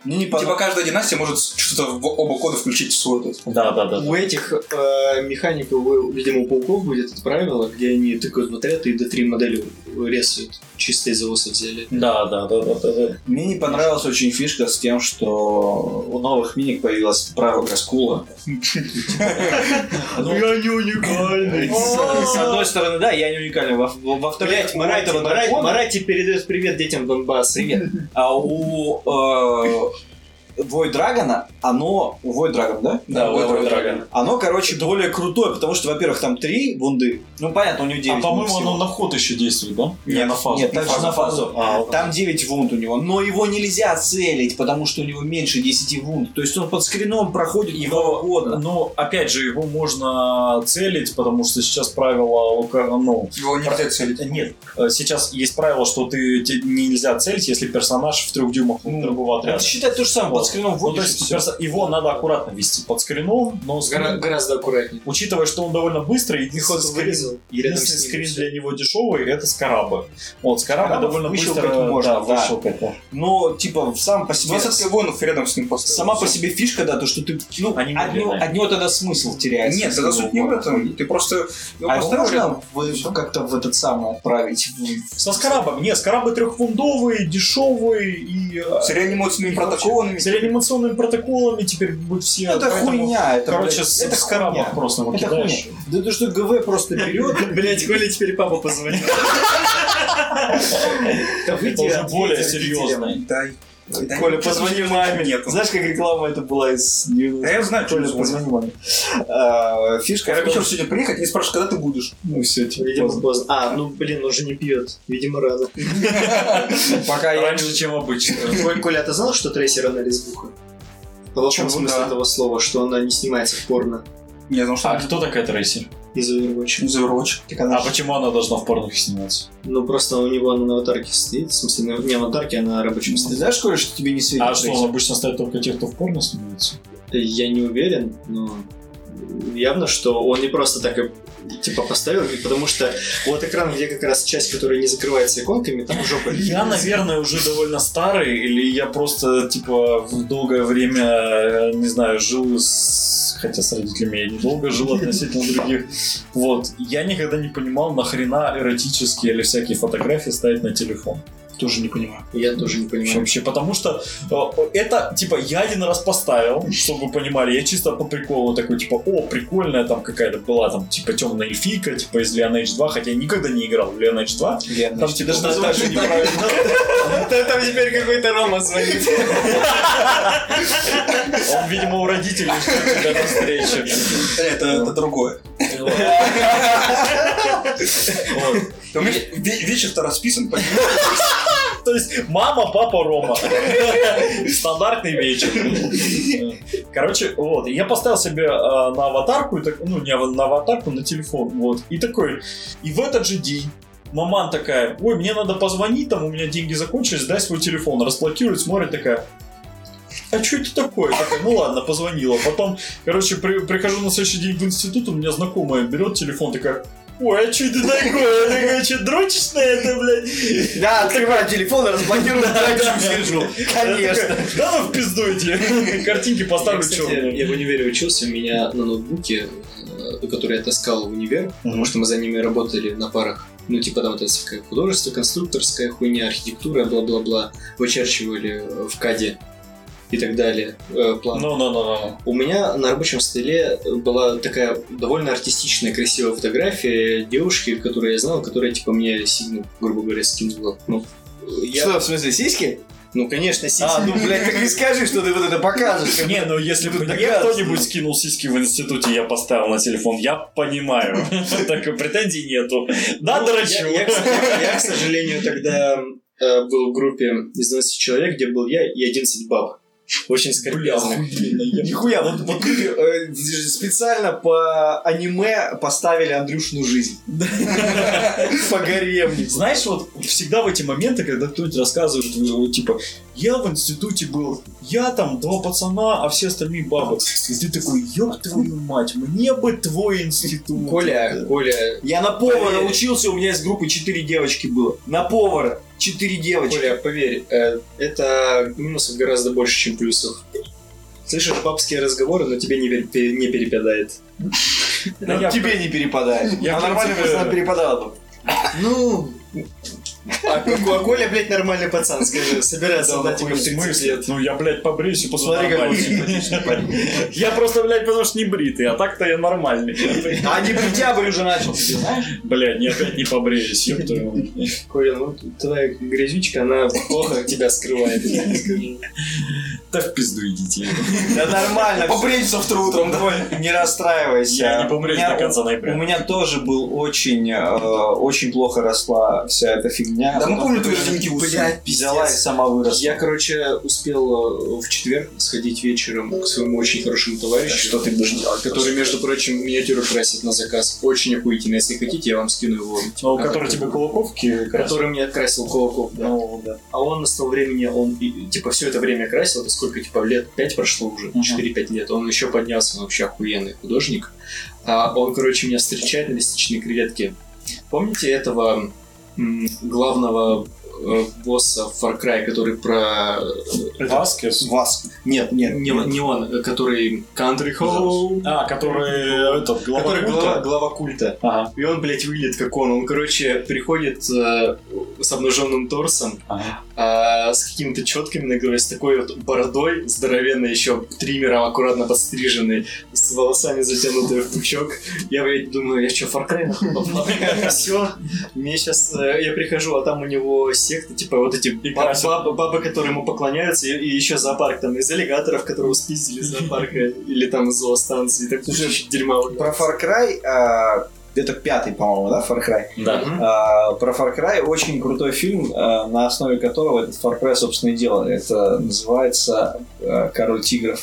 [SPEAKER 3] Мне не
[SPEAKER 4] Типа,
[SPEAKER 3] понравилось.
[SPEAKER 4] каждая династия может что-то в оба кода включить в свой этот.
[SPEAKER 2] Да, да, да.
[SPEAKER 1] У этих э, механиков, у- видимо, у пауков будет это правило, где они тыкают подряд и D3 модели рисуют. Чисто из ОСа взяли.
[SPEAKER 2] Да, да, да, да, да, да.
[SPEAKER 3] Мне не понравилась очень фишка с тем, что у новых миник появилось право Гаскула. Ну,
[SPEAKER 1] Я не уникальный.
[SPEAKER 3] С одной стороны, да, я не уникален. Во, во- во второй, типа,
[SPEAKER 1] Блять,
[SPEAKER 3] у
[SPEAKER 1] Марати,
[SPEAKER 3] этого дракона-
[SPEAKER 1] передает привет детям Донбасса.
[SPEAKER 3] Привет. А у э, Void Dragon, оно... Void Dragon, да?
[SPEAKER 2] Да,
[SPEAKER 4] вот
[SPEAKER 2] Void
[SPEAKER 4] вот
[SPEAKER 2] Dragon.
[SPEAKER 3] Оно, короче, более крутое, потому что, во-первых, там три вунды. Ну, понятно, у него 9
[SPEAKER 2] А по-моему, оно на ход еще действует, да? Не на фазу.
[SPEAKER 3] Нет, также на фазу.
[SPEAKER 2] А, вот
[SPEAKER 3] Там 9 вунд у него, но его нельзя целить, потому что у него меньше 10 вунд. То есть он под скрином проходит его
[SPEAKER 2] так.
[SPEAKER 3] угодно.
[SPEAKER 2] Ну, опять же, его можно целить, потому что сейчас правило лука- ну,
[SPEAKER 4] Его нельзя целить.
[SPEAKER 2] нет, э, сейчас есть правило, что ты те- нельзя целить, если персонаж в трех дюймах от
[SPEAKER 3] Ну,
[SPEAKER 2] другого отряда.
[SPEAKER 3] Это считай то же самое,
[SPEAKER 2] Вот.
[SPEAKER 3] под скрином
[SPEAKER 2] Ну, то
[SPEAKER 3] вводишь,
[SPEAKER 2] есть
[SPEAKER 3] и всё.
[SPEAKER 2] перс- его надо аккуратно вести под скрином, но с-
[SPEAKER 1] гораздо аккуратнее.
[SPEAKER 2] учитывая, что он довольно быстрый, единственный
[SPEAKER 1] Ход
[SPEAKER 2] скрин,
[SPEAKER 1] вырезал. И рядом
[SPEAKER 2] единственный
[SPEAKER 1] с ним
[SPEAKER 2] скрин
[SPEAKER 1] всё.
[SPEAKER 2] для него дешевый, это Скарабы. Вот, Скарабы
[SPEAKER 3] Скараба
[SPEAKER 2] довольно
[SPEAKER 3] выщелкать
[SPEAKER 2] быстро...
[SPEAKER 3] можно,
[SPEAKER 2] да,
[SPEAKER 3] да.
[SPEAKER 2] выщелкать, да.
[SPEAKER 3] Но, типа, сам по себе...
[SPEAKER 4] 20 воинов рядом с ним поставили.
[SPEAKER 3] Сама по себе фишка, да, то, что ты... Ну,
[SPEAKER 2] Они
[SPEAKER 3] от, него,
[SPEAKER 2] медленные.
[SPEAKER 3] от него тогда смысл теряется.
[SPEAKER 4] Нет, тогда суть не в этом. Ты просто его
[SPEAKER 2] Ну,
[SPEAKER 3] А его
[SPEAKER 4] поставил рядом.
[SPEAKER 3] можно в- как-то в этот самый отправить? В-
[SPEAKER 2] Со Скарабом, нет, Скарабы трехфундовые, дешевые и... э,
[SPEAKER 4] С реанимационными
[SPEAKER 2] И
[SPEAKER 4] протоколами.
[SPEAKER 2] С реанимационными протоколами теперь будут все...
[SPEAKER 3] Ну, это
[SPEAKER 2] поэтому,
[SPEAKER 3] хуйня, это,
[SPEAKER 2] Короче,
[SPEAKER 3] блядь,
[SPEAKER 2] с,
[SPEAKER 3] это
[SPEAKER 2] с Скарабом
[SPEAKER 3] хуйня.
[SPEAKER 2] просто
[SPEAKER 3] Это
[SPEAKER 2] выкидаешь.
[SPEAKER 3] Да то, что ГВ просто берет...
[SPEAKER 1] Блять, Коля теперь папа позвонил. Да
[SPEAKER 2] Это
[SPEAKER 1] выйди
[SPEAKER 2] уже
[SPEAKER 1] от-
[SPEAKER 2] более
[SPEAKER 1] от-
[SPEAKER 2] серьезно.
[SPEAKER 4] Дай. Дай.
[SPEAKER 3] Коля,
[SPEAKER 4] Чё-то
[SPEAKER 3] позвони
[SPEAKER 4] ничего
[SPEAKER 3] маме.
[SPEAKER 4] Нет.
[SPEAKER 3] Знаешь, как реклама это была из...
[SPEAKER 4] Да я знаю, что
[SPEAKER 1] Э,
[SPEAKER 3] Коля,
[SPEAKER 4] это позвони.
[SPEAKER 3] позвони маме. А, Фишка... в
[SPEAKER 4] Я
[SPEAKER 3] том,
[SPEAKER 4] обещал сегодня приехать и спрашиваешь, когда ты будешь.
[SPEAKER 3] Ну все,
[SPEAKER 2] типа,
[SPEAKER 1] Видимо, поздно. А, ну блин, уже не пьет. Видимо, рано.
[SPEAKER 3] Пока я...
[SPEAKER 2] Раньше, чем обычно.
[SPEAKER 1] Коль- Коля, а ты знал, что трейсер она лесбуха? В плохом
[SPEAKER 4] Чего,
[SPEAKER 1] смысле
[SPEAKER 4] да.
[SPEAKER 1] этого слова, что она не снимается в порно
[SPEAKER 4] Я знал,
[SPEAKER 2] А
[SPEAKER 4] что
[SPEAKER 2] кто такая Трейси?
[SPEAKER 1] из Overwatch.
[SPEAKER 4] из Overwatch.
[SPEAKER 3] Так она
[SPEAKER 2] А
[SPEAKER 3] ж-
[SPEAKER 2] почему она должна в порнухе сниматься?
[SPEAKER 1] Ну просто у него она на аватарке стоит, в смысле, на- не на аватарке, а на рабочем
[SPEAKER 3] Ты
[SPEAKER 1] столе.
[SPEAKER 3] знаешь, Коля, что тебе не светит?
[SPEAKER 2] А что,
[SPEAKER 3] Рейси?
[SPEAKER 2] он обычно ставит только тех, кто в порно снимается?
[SPEAKER 1] Я не уверен, но явно, что он не просто так и, типа поставил, и потому что вот экран, где как раз часть, которая не закрывается иконками, там жопа.
[SPEAKER 2] Я, наверное, уже довольно старый, или я просто, типа, в долгое время, э, не знаю, жил с... Хотя с родителями я недолго жил относительно других. Вот. Я никогда не понимал, нахрена эротические или всякие фотографии ставить на телефон.
[SPEAKER 4] Тоже не понимаю.
[SPEAKER 1] Я тоже не понимаю.
[SPEAKER 2] Вообще, потому что э, это, типа, я один раз поставил, чтобы вы понимали, я чисто по приколу такой, типа, о, прикольная там какая-то была, там, типа, темная эльфийка, типа, из Leon Age 2, хотя я никогда не играл в Leon Age 2. Там
[SPEAKER 3] Лена,
[SPEAKER 2] типа
[SPEAKER 3] что-
[SPEAKER 2] тебе даже даже неправильно.
[SPEAKER 1] Там теперь какой-то Рома звонит.
[SPEAKER 2] Он, видимо, у родителей ждет тебя на встречу.
[SPEAKER 4] Ну. Это, это другое. Ты умеешь? Ве- Вечер-то расписан, понимаешь?
[SPEAKER 2] То есть мама, папа, Рома. Стандартный вечер. Короче, вот. Я поставил себе э, на аватарку, и так- ну, не ава- на аватарку, на телефон. Вот. И такой. И в этот же день Маман такая, ой, мне надо позвонить, там у меня деньги закончились, дай свой телефон. Расплатирует, смотрит такая, а что это такое? Такая, ну ладно, позвонила. Потом, короче, при- прихожу на следующий день в институт, у меня знакомая берет телефон, такая, ой, а что это такое? Я такая, что, дрочишь на это, блядь?
[SPEAKER 3] Да, открываю телефон, разблокирую,
[SPEAKER 2] да.
[SPEAKER 3] сижу.
[SPEAKER 2] Я
[SPEAKER 3] Конечно.
[SPEAKER 2] такой, Да ну в пизду эти картинки поставлю
[SPEAKER 1] Кстати,
[SPEAKER 2] черные.
[SPEAKER 1] я в универе учился, у меня на ноутбуке, э, который я таскал в универ, потому что мы за ними работали на парах, ну, типа там вот это всякое художество, конструкторская хуйня, архитектура, бла-бла-бла, вычерчивали э, в каде и так далее, э,
[SPEAKER 2] Ну.
[SPEAKER 1] план.
[SPEAKER 2] Ну-ну-ну-ну.
[SPEAKER 1] У меня на рабочем столе была такая довольно артистичная, красивая фотография девушки, которую я знал, которая, типа, мне сильно, грубо говоря, скинула. Ну, я-
[SPEAKER 3] Что, в смысле, сиськи?
[SPEAKER 1] ну, конечно, сильно.
[SPEAKER 3] А, ну, блядь, так не скажи, что ты вот это покажешь.
[SPEAKER 2] Не, ну если бы
[SPEAKER 3] Тут
[SPEAKER 2] мне
[SPEAKER 3] доказано.
[SPEAKER 2] кто-нибудь скинул сиськи в институте, я поставил на телефон, я понимаю. Так и претензий нету. Да,
[SPEAKER 1] Ну, я-
[SPEAKER 2] дрочу.
[SPEAKER 1] Я, к сожалению- я, к сожалению, тогда э, был в группе из 12 человек, где был я и 11 баб. Очень скорпиозных.
[SPEAKER 3] Нихуя, вот, вот люди э, специально по аниме поставили Андрюшину жизнь. По гаремнику.
[SPEAKER 2] Знаешь, вот всегда в эти моменты, когда кто-нибудь рассказывает, э, вот, типа, я в институте был, я там два пацана, а все остальные бабы. И ты такой, ёб твою мать, мне бы твой институт.
[SPEAKER 1] Коля, Коля,
[SPEAKER 3] Я на повара
[SPEAKER 1] Поверь.
[SPEAKER 3] учился, у меня из группы 4 девочки было. На повара 4 девочки.
[SPEAKER 1] Коля, поверь, э, это минусов гораздо больше, чем плюсов. Слышишь бабские разговоры, но тебе не, вер- пе- не перепадает.
[SPEAKER 2] Да
[SPEAKER 3] Ну,
[SPEAKER 2] я-
[SPEAKER 3] тебе не перепадает.
[SPEAKER 2] Я,
[SPEAKER 3] Я
[SPEAKER 2] в
[SPEAKER 3] нормально
[SPEAKER 2] принципе,
[SPEAKER 3] пацанам перепадала бы.
[SPEAKER 1] Ну... А, Ко- Коля, блядь, нормальный пацан, скажи, собирается
[SPEAKER 3] Да,
[SPEAKER 1] отдать тебе
[SPEAKER 3] нахуй,
[SPEAKER 1] в
[SPEAKER 3] в
[SPEAKER 1] 30
[SPEAKER 2] смысле?
[SPEAKER 1] лет.
[SPEAKER 2] Ну я, блядь, побреюсь и
[SPEAKER 3] Посмотри,
[SPEAKER 2] посмотри,
[SPEAKER 3] какой симпатичный парень.
[SPEAKER 2] Я просто, блядь, потому что не бритый, а так-то я нормальный.
[SPEAKER 3] А не бы уже начал. ты знаешь?
[SPEAKER 2] Блядь, не опять не побреюсь, ёб твою мать.
[SPEAKER 1] Коля, ну твоя грязючка, она плохо тебя скрывает. я тебе скажу.
[SPEAKER 2] Да в пизду идите.
[SPEAKER 3] Да нормально. всё.
[SPEAKER 4] Побреешь завтра утром, давай.
[SPEAKER 3] Не расстраивайся.
[SPEAKER 2] Я не
[SPEAKER 3] У
[SPEAKER 2] побреюсь
[SPEAKER 3] меня-
[SPEAKER 2] до конца
[SPEAKER 3] У
[SPEAKER 2] ноября.
[SPEAKER 3] меня тоже был очень, э, очень плохо росла вся эта фигня.
[SPEAKER 4] Да мы
[SPEAKER 3] Потом
[SPEAKER 4] помним твои
[SPEAKER 3] блядь,
[SPEAKER 4] родинки усы.
[SPEAKER 3] Блядь, взяла и сама выросла.
[SPEAKER 1] Я, короче, успел э, в четверг сходить вечером к своему очень хорошему товарищу,
[SPEAKER 3] Что ты будешь делать?
[SPEAKER 1] который, между прочим, миниатюру красит на заказ. Очень охуительно. Если хотите, я вам скину его.
[SPEAKER 2] Ну, у которой тебе кулаковки,
[SPEAKER 1] Который мне красил Колоков, да.
[SPEAKER 2] Ну, да.
[SPEAKER 1] А он с того времени, он, и- и, типа, все это время красил, это сколько, типа, лет, 5 прошло уже,
[SPEAKER 3] Мгм.
[SPEAKER 1] 4-5 лет. Он еще поднялся, он вообще охуенный художник. А он, короче, меня встречает на листичной креветке. Помните этого м, главного э, босса Far Cry, который про э,
[SPEAKER 2] Васкес.
[SPEAKER 3] Вас.
[SPEAKER 1] Нет, нет, не, не он, э, который Country Home,
[SPEAKER 2] А, который э, этот, глава
[SPEAKER 1] который глава,
[SPEAKER 2] культа.
[SPEAKER 1] глава культа.
[SPEAKER 2] Ага.
[SPEAKER 1] И он, блядь, выглядит как он. Он, короче, приходит э, с обнаженным торсом,
[SPEAKER 2] Ага.
[SPEAKER 1] а, с какими-то четками на голове, с такой вот бородой, здоровенной еще, триммером аккуратно подстриженной, с волосами затянутой в пучок. Я, блядь, думаю, я что, Far Cry нахуй Все. Мне сейчас... Я прихожу, а там у него секты, типа вот эти
[SPEAKER 2] И
[SPEAKER 1] баб-
[SPEAKER 2] красят.
[SPEAKER 1] баб- бабы, которые ему поклоняются, и, еще зоопарк там из аллигаторов, которого спиздили из зоопарка, или там из зоостанции, так
[SPEAKER 3] Слушай,
[SPEAKER 1] куча дерьма. у него.
[SPEAKER 3] Про Far Cry, а, это пятый, по-моему, да, Far Cry?
[SPEAKER 2] Да.
[SPEAKER 1] Мгм.
[SPEAKER 3] А, про Far Cry очень крутой фильм, а, на основе которого этот Far Cry, собственно, и делал. Это называется а, «Король тигров».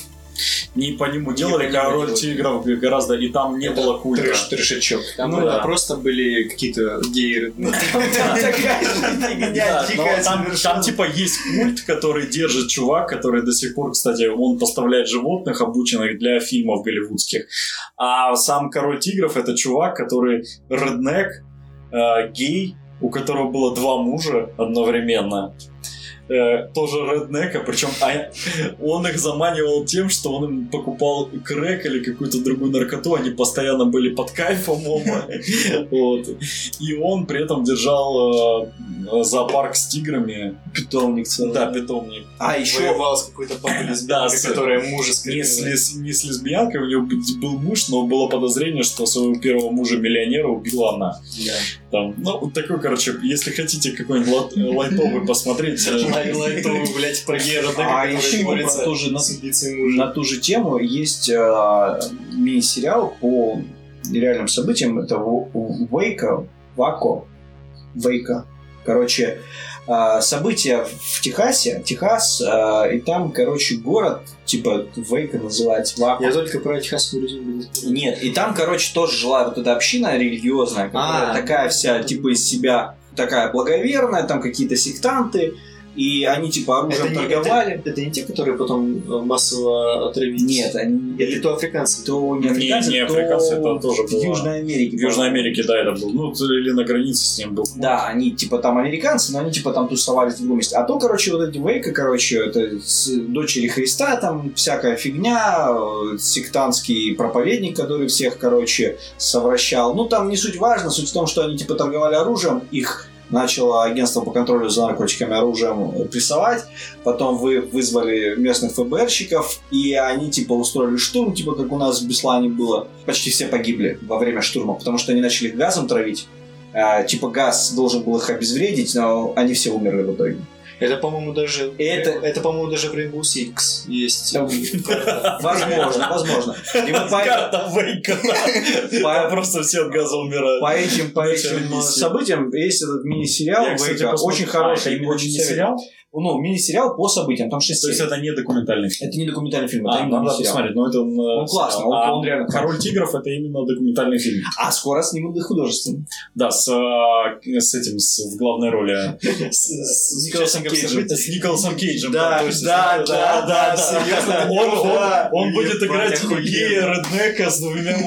[SPEAKER 2] Не по нему делали,
[SPEAKER 1] по нему
[SPEAKER 2] король
[SPEAKER 1] делали.
[SPEAKER 2] тигров гораздо, и там не
[SPEAKER 1] Это
[SPEAKER 2] было культа.
[SPEAKER 1] Трэш, трэшечок. Там
[SPEAKER 2] Ну
[SPEAKER 1] это
[SPEAKER 2] да.
[SPEAKER 1] просто были какие-то геи.
[SPEAKER 3] Такая же
[SPEAKER 2] Да,
[SPEAKER 3] фигня,
[SPEAKER 2] но
[SPEAKER 3] дикая
[SPEAKER 2] там, там,
[SPEAKER 3] совершенно.
[SPEAKER 2] типа есть культ, который держит чувак, который до сих пор, кстати, он поставляет животных, обученных для фильмов голливудских. А сам король тигров это чувак, который реднек, э, гей, у которого было два мужа одновременно. Э, тоже реднека, причем а- он их заманивал тем, что он им покупал крэк или какую-то другую наркоту, они постоянно были под кайфом оба. Вот. И он при этом держал э, зоопарк с тиграми.
[SPEAKER 3] питомник
[SPEAKER 2] Да, питомник.
[SPEAKER 3] А еще
[SPEAKER 1] Воевал с какой-то бабой
[SPEAKER 2] Да,
[SPEAKER 1] лесбиянкой,
[SPEAKER 2] с-
[SPEAKER 1] которая мужа
[SPEAKER 2] Не с,
[SPEAKER 1] скрепила.
[SPEAKER 2] лес- не с лесбиянкой, у нее б- был муж, но было подозрение, что своего первого мужа-миллионера убила она. Там, ну, вот такой, короче, если хотите какой-нибудь лат- лайтовый посмотреть... э,
[SPEAKER 1] Лай- Лайтовый, блядь, про гея Родека,
[SPEAKER 3] а
[SPEAKER 1] который
[SPEAKER 3] еще
[SPEAKER 1] борется
[SPEAKER 3] тоже на
[SPEAKER 1] с убийцей мужа.
[SPEAKER 3] на ту же тему есть э, мини-сериал по реальным событием. Это Ву- Ву- Вейка, Вако, Вейка. Короче, а, события в Техасе, Техас, а, и там, короче, город, типа Вейка называется, Вако.
[SPEAKER 1] Я только про техасскую резину
[SPEAKER 3] Нет, и там, короче, тоже жила вот эта община религиозная, которая
[SPEAKER 1] А.
[SPEAKER 3] такая вся, типа, из себя такая благоверная, там какие-то сектанты, и они, типа, оружием торговали.
[SPEAKER 1] Это, не те, которые потом э, массово отравились?
[SPEAKER 3] Нет, они...
[SPEAKER 1] Или то африканцы?
[SPEAKER 3] то не
[SPEAKER 2] Не,
[SPEAKER 3] африканцы,
[SPEAKER 2] не
[SPEAKER 3] то
[SPEAKER 2] африканцы, это тоже
[SPEAKER 3] в
[SPEAKER 2] было.
[SPEAKER 3] Южной Америке.
[SPEAKER 2] В Южной
[SPEAKER 3] по-моему.
[SPEAKER 2] Америке, да, это был. Ну, или на границе с ним был.
[SPEAKER 3] Да, они типа там американцы, но они типа там тусовались в другом месте. А то, короче, вот эти Вейка, короче, это с- дочери Христа, там всякая фигня, э, сектантский проповедник, который всех, короче, совращал. Ну, там не суть важно, суть в том, что они типа торговали оружием, их начало агентство по контролю за наркотиками и оружием э, прессовать, потом вы вызвали местных ФБРщиков, и они типа устроили штурм, типа как у нас в Беслане было. Почти все погибли во время штурма, потому что они начали их газом травить, а, типа газ должен был их обезвредить, но они все умерли в итоге.
[SPEAKER 1] Это, по-моему, даже...
[SPEAKER 3] Это-
[SPEAKER 1] это по-моему, даже в Rainbow Six есть.
[SPEAKER 3] Там- Возможно, возможно. И вот по,
[SPEAKER 2] Вейка.
[SPEAKER 3] Там
[SPEAKER 2] просто все от газа умирают.
[SPEAKER 3] по этим, по
[SPEAKER 2] Ну,
[SPEAKER 3] этим
[SPEAKER 2] всё,
[SPEAKER 3] э,
[SPEAKER 2] миссия.
[SPEAKER 3] событиям есть этот мини-сериал
[SPEAKER 2] Я, кстати,
[SPEAKER 3] «Вейка».
[SPEAKER 2] посмотрю.
[SPEAKER 3] очень
[SPEAKER 2] А,
[SPEAKER 3] хороший,
[SPEAKER 2] это
[SPEAKER 3] очень
[SPEAKER 2] именно
[SPEAKER 3] сериал. Ну, мини-сериал по событиям, там 6
[SPEAKER 2] То есть
[SPEAKER 3] серий.
[SPEAKER 2] это не документальный фильм.
[SPEAKER 3] Это не документальный фильм, это
[SPEAKER 2] А,
[SPEAKER 3] именно
[SPEAKER 2] надо
[SPEAKER 3] мини-сериал.
[SPEAKER 2] посмотреть, но это он... э,
[SPEAKER 3] Ну, классно,
[SPEAKER 2] сериал.
[SPEAKER 3] он-
[SPEAKER 2] А
[SPEAKER 3] он реально
[SPEAKER 2] Король тигров это именно документальный фильм.
[SPEAKER 3] А, скоро снимут и художественный.
[SPEAKER 2] Да, с, э, с этим, с, в главной роли.
[SPEAKER 1] С
[SPEAKER 2] Николасом Кейджем. С Николасом Кейджем.
[SPEAKER 3] Да,
[SPEAKER 2] точно.
[SPEAKER 3] да, да, да, серьезно,
[SPEAKER 2] Он- он-
[SPEAKER 3] да.
[SPEAKER 2] Он
[SPEAKER 3] Ебать,
[SPEAKER 2] будет играть
[SPEAKER 3] охуенно.
[SPEAKER 2] худее Реднека с двумя
[SPEAKER 3] Вот, это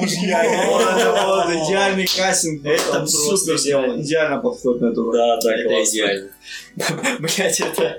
[SPEAKER 3] вот,
[SPEAKER 2] мужьями.
[SPEAKER 3] идеальный кастинг.
[SPEAKER 1] Это
[SPEAKER 3] Там
[SPEAKER 1] просто
[SPEAKER 3] супер
[SPEAKER 1] идеально.
[SPEAKER 3] Идеально подходит на эту роль.
[SPEAKER 2] Да, да,
[SPEAKER 1] Это
[SPEAKER 2] классно.
[SPEAKER 1] идеально. Блять, это...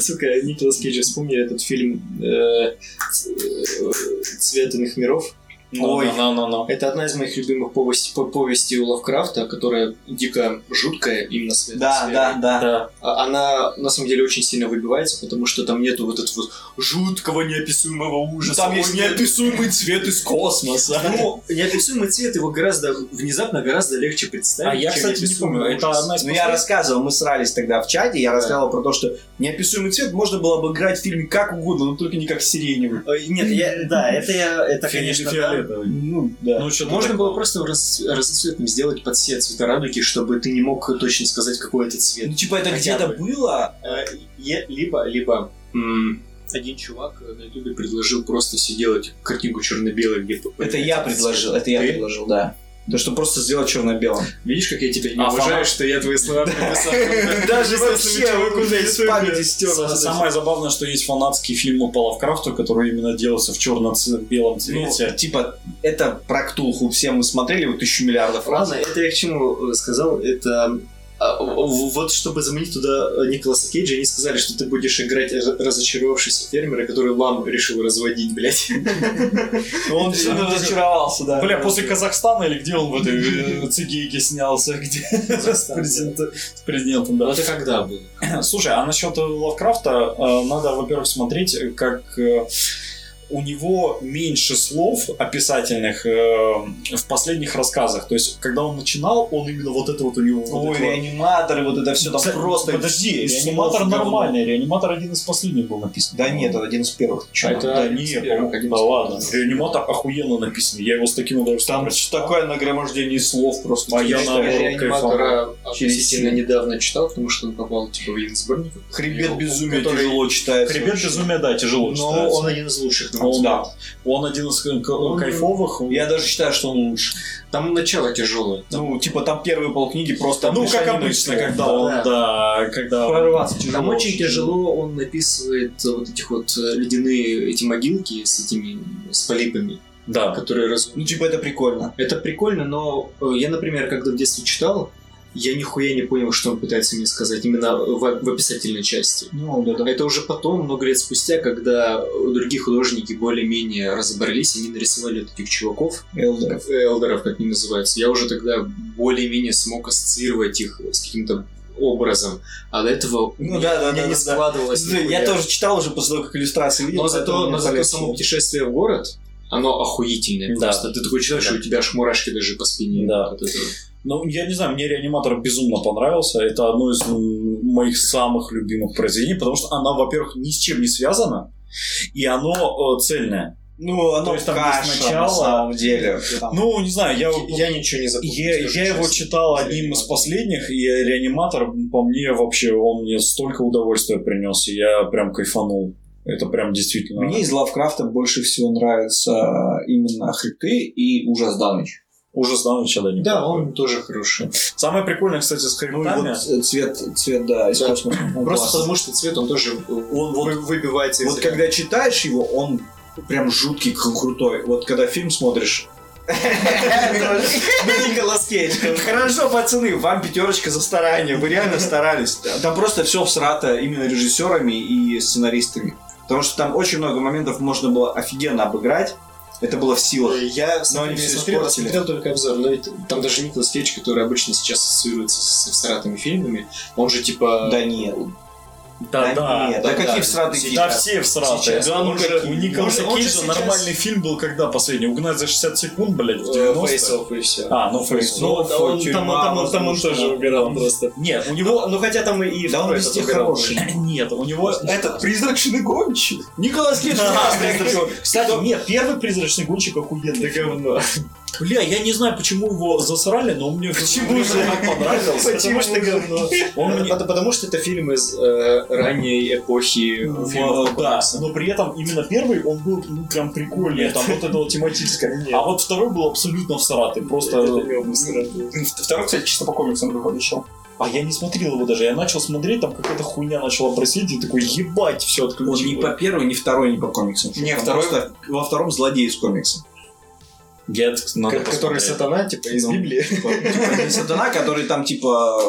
[SPEAKER 1] Сука, Николас Кейдж вспомнил этот фильм э, ц- э, «Цвет иных миров».
[SPEAKER 2] Ой, ну, ну, ну.
[SPEAKER 1] Это одна из моих любимых повести, по- повестей у Лавкрафта, которая дико жуткая именно с этой
[SPEAKER 3] Да,
[SPEAKER 1] сферой.
[SPEAKER 3] да, да.
[SPEAKER 2] Да.
[SPEAKER 1] А- Она на самом деле очень сильно выбивается, потому что там нету вот этого вот жуткого неописуемого ужаса.
[SPEAKER 3] Там
[SPEAKER 1] Ой,
[SPEAKER 3] есть
[SPEAKER 1] нет.
[SPEAKER 3] неописуемый цвет из космоса.
[SPEAKER 1] Ну, неописуемый цвет его гораздо внезапно гораздо легче представить.
[SPEAKER 2] А я,
[SPEAKER 1] чем
[SPEAKER 2] кстати, не
[SPEAKER 1] неописуемый
[SPEAKER 2] помню. Это
[SPEAKER 1] ужас.
[SPEAKER 2] одна из
[SPEAKER 3] Ну, я
[SPEAKER 2] последних-
[SPEAKER 3] рассказывал, мы срались тогда в чате, я рассказывал про то, что неописуемый цвет можно было бы играть в фильме как угодно, но только не как сиреневый.
[SPEAKER 1] Ой, э, Нет, я, да, это я, это
[SPEAKER 2] Финиш
[SPEAKER 1] конечно, да.
[SPEAKER 2] фиолетовый.
[SPEAKER 3] Ну, да.
[SPEAKER 2] Ну, что-то
[SPEAKER 1] Можно
[SPEAKER 2] так.
[SPEAKER 1] было просто раз- разноцветным сделать под все цвета радуги, чтобы ты не мог точно сказать, какой это цвет.
[SPEAKER 3] Ну, типа, это
[SPEAKER 1] Хотя
[SPEAKER 3] где-то
[SPEAKER 1] бы.
[SPEAKER 3] было.
[SPEAKER 1] Э, е- Либо, либо м, один чувак на ютубе предложил просто сделать картинку черно-белой, где...
[SPEAKER 3] Это я предложил, это я
[SPEAKER 1] Ты?
[SPEAKER 3] предложил, да. То, что просто сделать черно-белым. Ну,
[SPEAKER 1] Видишь, как я тебя не
[SPEAKER 2] А,
[SPEAKER 1] уважаю,
[SPEAKER 2] фанат?
[SPEAKER 1] что я твои слова написал.
[SPEAKER 3] Даже
[SPEAKER 1] вообще, вы куда из памяти
[SPEAKER 3] стерли?
[SPEAKER 2] Самое забавное, что есть фанатские фильмы по Лавкрафту, которые именно делаются в черно-белом
[SPEAKER 3] Ну,
[SPEAKER 2] цвете.
[SPEAKER 3] типа, это про Ктулху. Все мы смотрели его тысячу миллиардов раз.
[SPEAKER 1] Ладно, это я к чему э, сказал, это... а, в- Вот чтобы заманить туда э, Николаса Кейджа, они сказали, что ты будешь играть э, раз- разочаровавшегося фермера, который ламу решил разводить, блядь.
[SPEAKER 3] Но он сильно разочаровался, да.
[SPEAKER 2] Бля, после Казахстана или где он в этой э, цигейке снялся, где с презента- с президентом, да.
[SPEAKER 1] это когда было?
[SPEAKER 2] Слушай, а насчет Лавкрафта э, надо, во-первых, смотреть, э, как э, у него меньше слов описательных э, в последних рассказах. То есть, когда он начинал, он именно вот это вот у него... вот
[SPEAKER 3] Ой,
[SPEAKER 2] это вот.
[SPEAKER 3] реаниматоры, вот это все там
[SPEAKER 2] Кстати,
[SPEAKER 3] просто...
[SPEAKER 2] Ну, Подожди,
[SPEAKER 3] из
[SPEAKER 2] реаниматор
[SPEAKER 3] слов говно.
[SPEAKER 2] нормальный, реаниматор один из последних был написан.
[SPEAKER 3] Да нет, это один из первых. Ты чё?
[SPEAKER 2] А это да,
[SPEAKER 1] один
[SPEAKER 2] не,
[SPEAKER 1] из первых,
[SPEAKER 2] по-моему,
[SPEAKER 1] один из
[SPEAKER 2] да
[SPEAKER 1] первых.
[SPEAKER 2] ладно. Реаниматор охуенно написан. Я его с таким удовольствием.
[SPEAKER 3] Там
[SPEAKER 2] прочитал.
[SPEAKER 3] такое нагромождение слов просто.
[SPEAKER 2] А я
[SPEAKER 3] Ты
[SPEAKER 1] Я
[SPEAKER 2] наоборот.
[SPEAKER 3] читаешь.
[SPEAKER 1] реаниматора
[SPEAKER 3] Через
[SPEAKER 1] относительно
[SPEAKER 3] силу.
[SPEAKER 1] недавно читал, потому что он попал типа в один сборник.
[SPEAKER 3] Хребет
[SPEAKER 1] Его,
[SPEAKER 3] безумия
[SPEAKER 1] который-
[SPEAKER 3] тяжело читается.
[SPEAKER 2] Хребет безумия, да, тяжело
[SPEAKER 1] Но
[SPEAKER 2] читается.
[SPEAKER 1] он один из лучших, на мой
[SPEAKER 2] Он,
[SPEAKER 1] взгляд.
[SPEAKER 3] Да.
[SPEAKER 2] он один из к- к- кайфовых.
[SPEAKER 3] Я даже считаю, что он лучше.
[SPEAKER 1] Там начало тяжелое. Там,
[SPEAKER 3] Ну, типа там первые полкниги просто...
[SPEAKER 2] ну, как
[SPEAKER 3] мешанина
[SPEAKER 2] обычно,
[SPEAKER 3] из слов.
[SPEAKER 2] когда
[SPEAKER 1] да.
[SPEAKER 2] он, да, когда он-
[SPEAKER 3] Прорваться тяжело.
[SPEAKER 1] там очень тяжело он написывает э, вот этих вот э, ледяные эти могилки с этими, с полипами,
[SPEAKER 2] Да.
[SPEAKER 1] которые раз...
[SPEAKER 3] Ну, типа это прикольно.
[SPEAKER 1] Это прикольно, но э, я, например, когда в детстве читал, я нихуя не понял, что он пытается мне сказать именно в, в описательной части.
[SPEAKER 3] Ну, да,
[SPEAKER 1] Это уже потом, много лет спустя, когда э, другие художники более-менее разобрались, они нарисовали вот этих чуваков,
[SPEAKER 3] да.
[SPEAKER 1] элдеров, как они называются, я уже тогда более-менее смог ассоциировать их с каким-то образом, а до этого у
[SPEAKER 3] Ну
[SPEAKER 1] меня-
[SPEAKER 3] да, да,
[SPEAKER 1] у меня
[SPEAKER 3] да,
[SPEAKER 1] не
[SPEAKER 3] да, да.
[SPEAKER 1] складывалось.
[SPEAKER 3] Слушай, Я
[SPEAKER 1] нихуя.
[SPEAKER 3] тоже читал уже после того, как иллюстрации видел.
[SPEAKER 1] Но зато,
[SPEAKER 3] поэтому
[SPEAKER 1] но
[SPEAKER 3] мне
[SPEAKER 1] зато
[SPEAKER 3] полегче.
[SPEAKER 1] само путешествие в город, оно охуительное
[SPEAKER 2] Да.
[SPEAKER 1] просто. Ты такой читаешь,
[SPEAKER 2] Да.
[SPEAKER 1] и у тебя аж мурашки даже по спине.
[SPEAKER 2] Да.
[SPEAKER 1] от этого.
[SPEAKER 2] Ну, я не знаю, мне реаниматор безумно понравился. Это одно из м, моих самых любимых произведений, потому что она, во-первых, ни с чем не связана, и оно э, цельное.
[SPEAKER 5] Ну, оно
[SPEAKER 2] То есть там
[SPEAKER 5] каша,
[SPEAKER 2] есть
[SPEAKER 5] на
[SPEAKER 2] начало.
[SPEAKER 5] самом деле. Там-
[SPEAKER 2] Ну, не знаю, я...
[SPEAKER 1] Я ничего не запомнил.
[SPEAKER 2] Я,
[SPEAKER 1] скажу
[SPEAKER 2] я его
[SPEAKER 1] честно.
[SPEAKER 2] читал одним из последних, и реаниматор по мне вообще, он мне столько удовольствия принес, и я прям кайфанул. Это прям действительно...
[SPEAKER 5] Мне из Лавкрафта больше всего нравятся именно хребты и ужас Даныч.
[SPEAKER 2] Уже знал, ничего не
[SPEAKER 1] Да, он тоже хороший.
[SPEAKER 2] Самое прикольное, кстати, с
[SPEAKER 5] Ну и
[SPEAKER 2] хребтами...
[SPEAKER 5] вот э, цвет, цвет, да, из
[SPEAKER 1] Да.
[SPEAKER 5] космоса.
[SPEAKER 3] Ну,
[SPEAKER 5] Он
[SPEAKER 1] Просто
[SPEAKER 5] классный.
[SPEAKER 1] потому что цвет он тоже он
[SPEAKER 2] вот-
[SPEAKER 1] выбивается. из
[SPEAKER 5] Вот
[SPEAKER 1] ряда.
[SPEAKER 5] когда читаешь его, он прям жуткий, кру- крутой. Вот когда фильм смотришь...
[SPEAKER 3] Ну, Николас Кейдж.
[SPEAKER 5] Хорошо, пацаны, вам пятерочка за старание. Вы реально старались.
[SPEAKER 3] Там просто все всрато именно режиссерами и сценаристами. Потому что там очень много моментов можно было офигенно обыграть. Это было в силах.
[SPEAKER 1] Э, Я сам
[SPEAKER 3] они
[SPEAKER 1] не
[SPEAKER 3] всё
[SPEAKER 1] смотрел,
[SPEAKER 3] испортили.
[SPEAKER 1] смотрел только обзор, но ведь там даже Николас Кейдж, который обычно сейчас ассоциируется со всратыми фильмами, он же типа...
[SPEAKER 3] Да нет.
[SPEAKER 2] Да,
[SPEAKER 3] нет.
[SPEAKER 2] да.
[SPEAKER 3] Да
[SPEAKER 1] да,
[SPEAKER 3] какие
[SPEAKER 1] да.
[SPEAKER 3] всратые
[SPEAKER 2] Да,
[SPEAKER 3] фильмы?
[SPEAKER 2] все всратые.
[SPEAKER 1] Сейчас.
[SPEAKER 2] Да, ну
[SPEAKER 1] Он
[SPEAKER 2] как,
[SPEAKER 1] же-
[SPEAKER 2] у
[SPEAKER 1] он
[SPEAKER 2] Николаса
[SPEAKER 1] же- он же
[SPEAKER 2] Кейджа
[SPEAKER 1] сейчас-
[SPEAKER 2] нормальный фильм был когда последний? Угнать за 60 секунд, блядь, в
[SPEAKER 1] э,
[SPEAKER 2] 90
[SPEAKER 1] Фейс-офф и все.
[SPEAKER 2] А, ну Фейс.
[SPEAKER 1] Ну,
[SPEAKER 2] Ну,
[SPEAKER 1] вот он- там, там- там он тоже убирал просто.
[SPEAKER 2] Нет, у него...
[SPEAKER 1] Ну, ну, хотя там и...
[SPEAKER 3] Да он
[SPEAKER 1] второй
[SPEAKER 3] везде
[SPEAKER 1] этот убирал.
[SPEAKER 3] хороший.
[SPEAKER 2] Нет, у него...
[SPEAKER 3] Этот призрачный гонщик.
[SPEAKER 2] Николас Кейдж
[SPEAKER 3] Да,
[SPEAKER 2] классный,
[SPEAKER 3] призрачный
[SPEAKER 2] кстати. Кстати, нет, первый призрачный гонщик охуенный. говно. Бля, я не знаю, почему его засрали, но он мне почему же так понравился.
[SPEAKER 1] Потому что говно.
[SPEAKER 2] Он мне-
[SPEAKER 1] Потому- Э, Потому что это фильм из э, ранней эпохи
[SPEAKER 2] Ну,
[SPEAKER 1] фильмов.
[SPEAKER 2] э, да, но при этом именно первый, он был ну, прям прикольный, там вот это вот тематическое. А вот второй был абсолютно всратый,
[SPEAKER 1] Это
[SPEAKER 2] просто...
[SPEAKER 1] не оба стороны.
[SPEAKER 4] Второй, кстати, чисто по комиксам выходил.
[SPEAKER 2] А я не смотрел его даже, я начал смотреть, там какая-то хуйня начала просить, и такой, ебать, все отключил.
[SPEAKER 3] А Он ни по первой, ни второй, ни по комиксам.
[SPEAKER 4] Не,
[SPEAKER 3] Там
[SPEAKER 4] второй-
[SPEAKER 3] просто Во втором злодей из комикса.
[SPEAKER 2] Я так надо
[SPEAKER 1] Ко- Который
[SPEAKER 2] посмотреть.
[SPEAKER 1] сатана, типа, из
[SPEAKER 3] Ну.
[SPEAKER 1] Библии.
[SPEAKER 3] Типа не сатана, который там типа...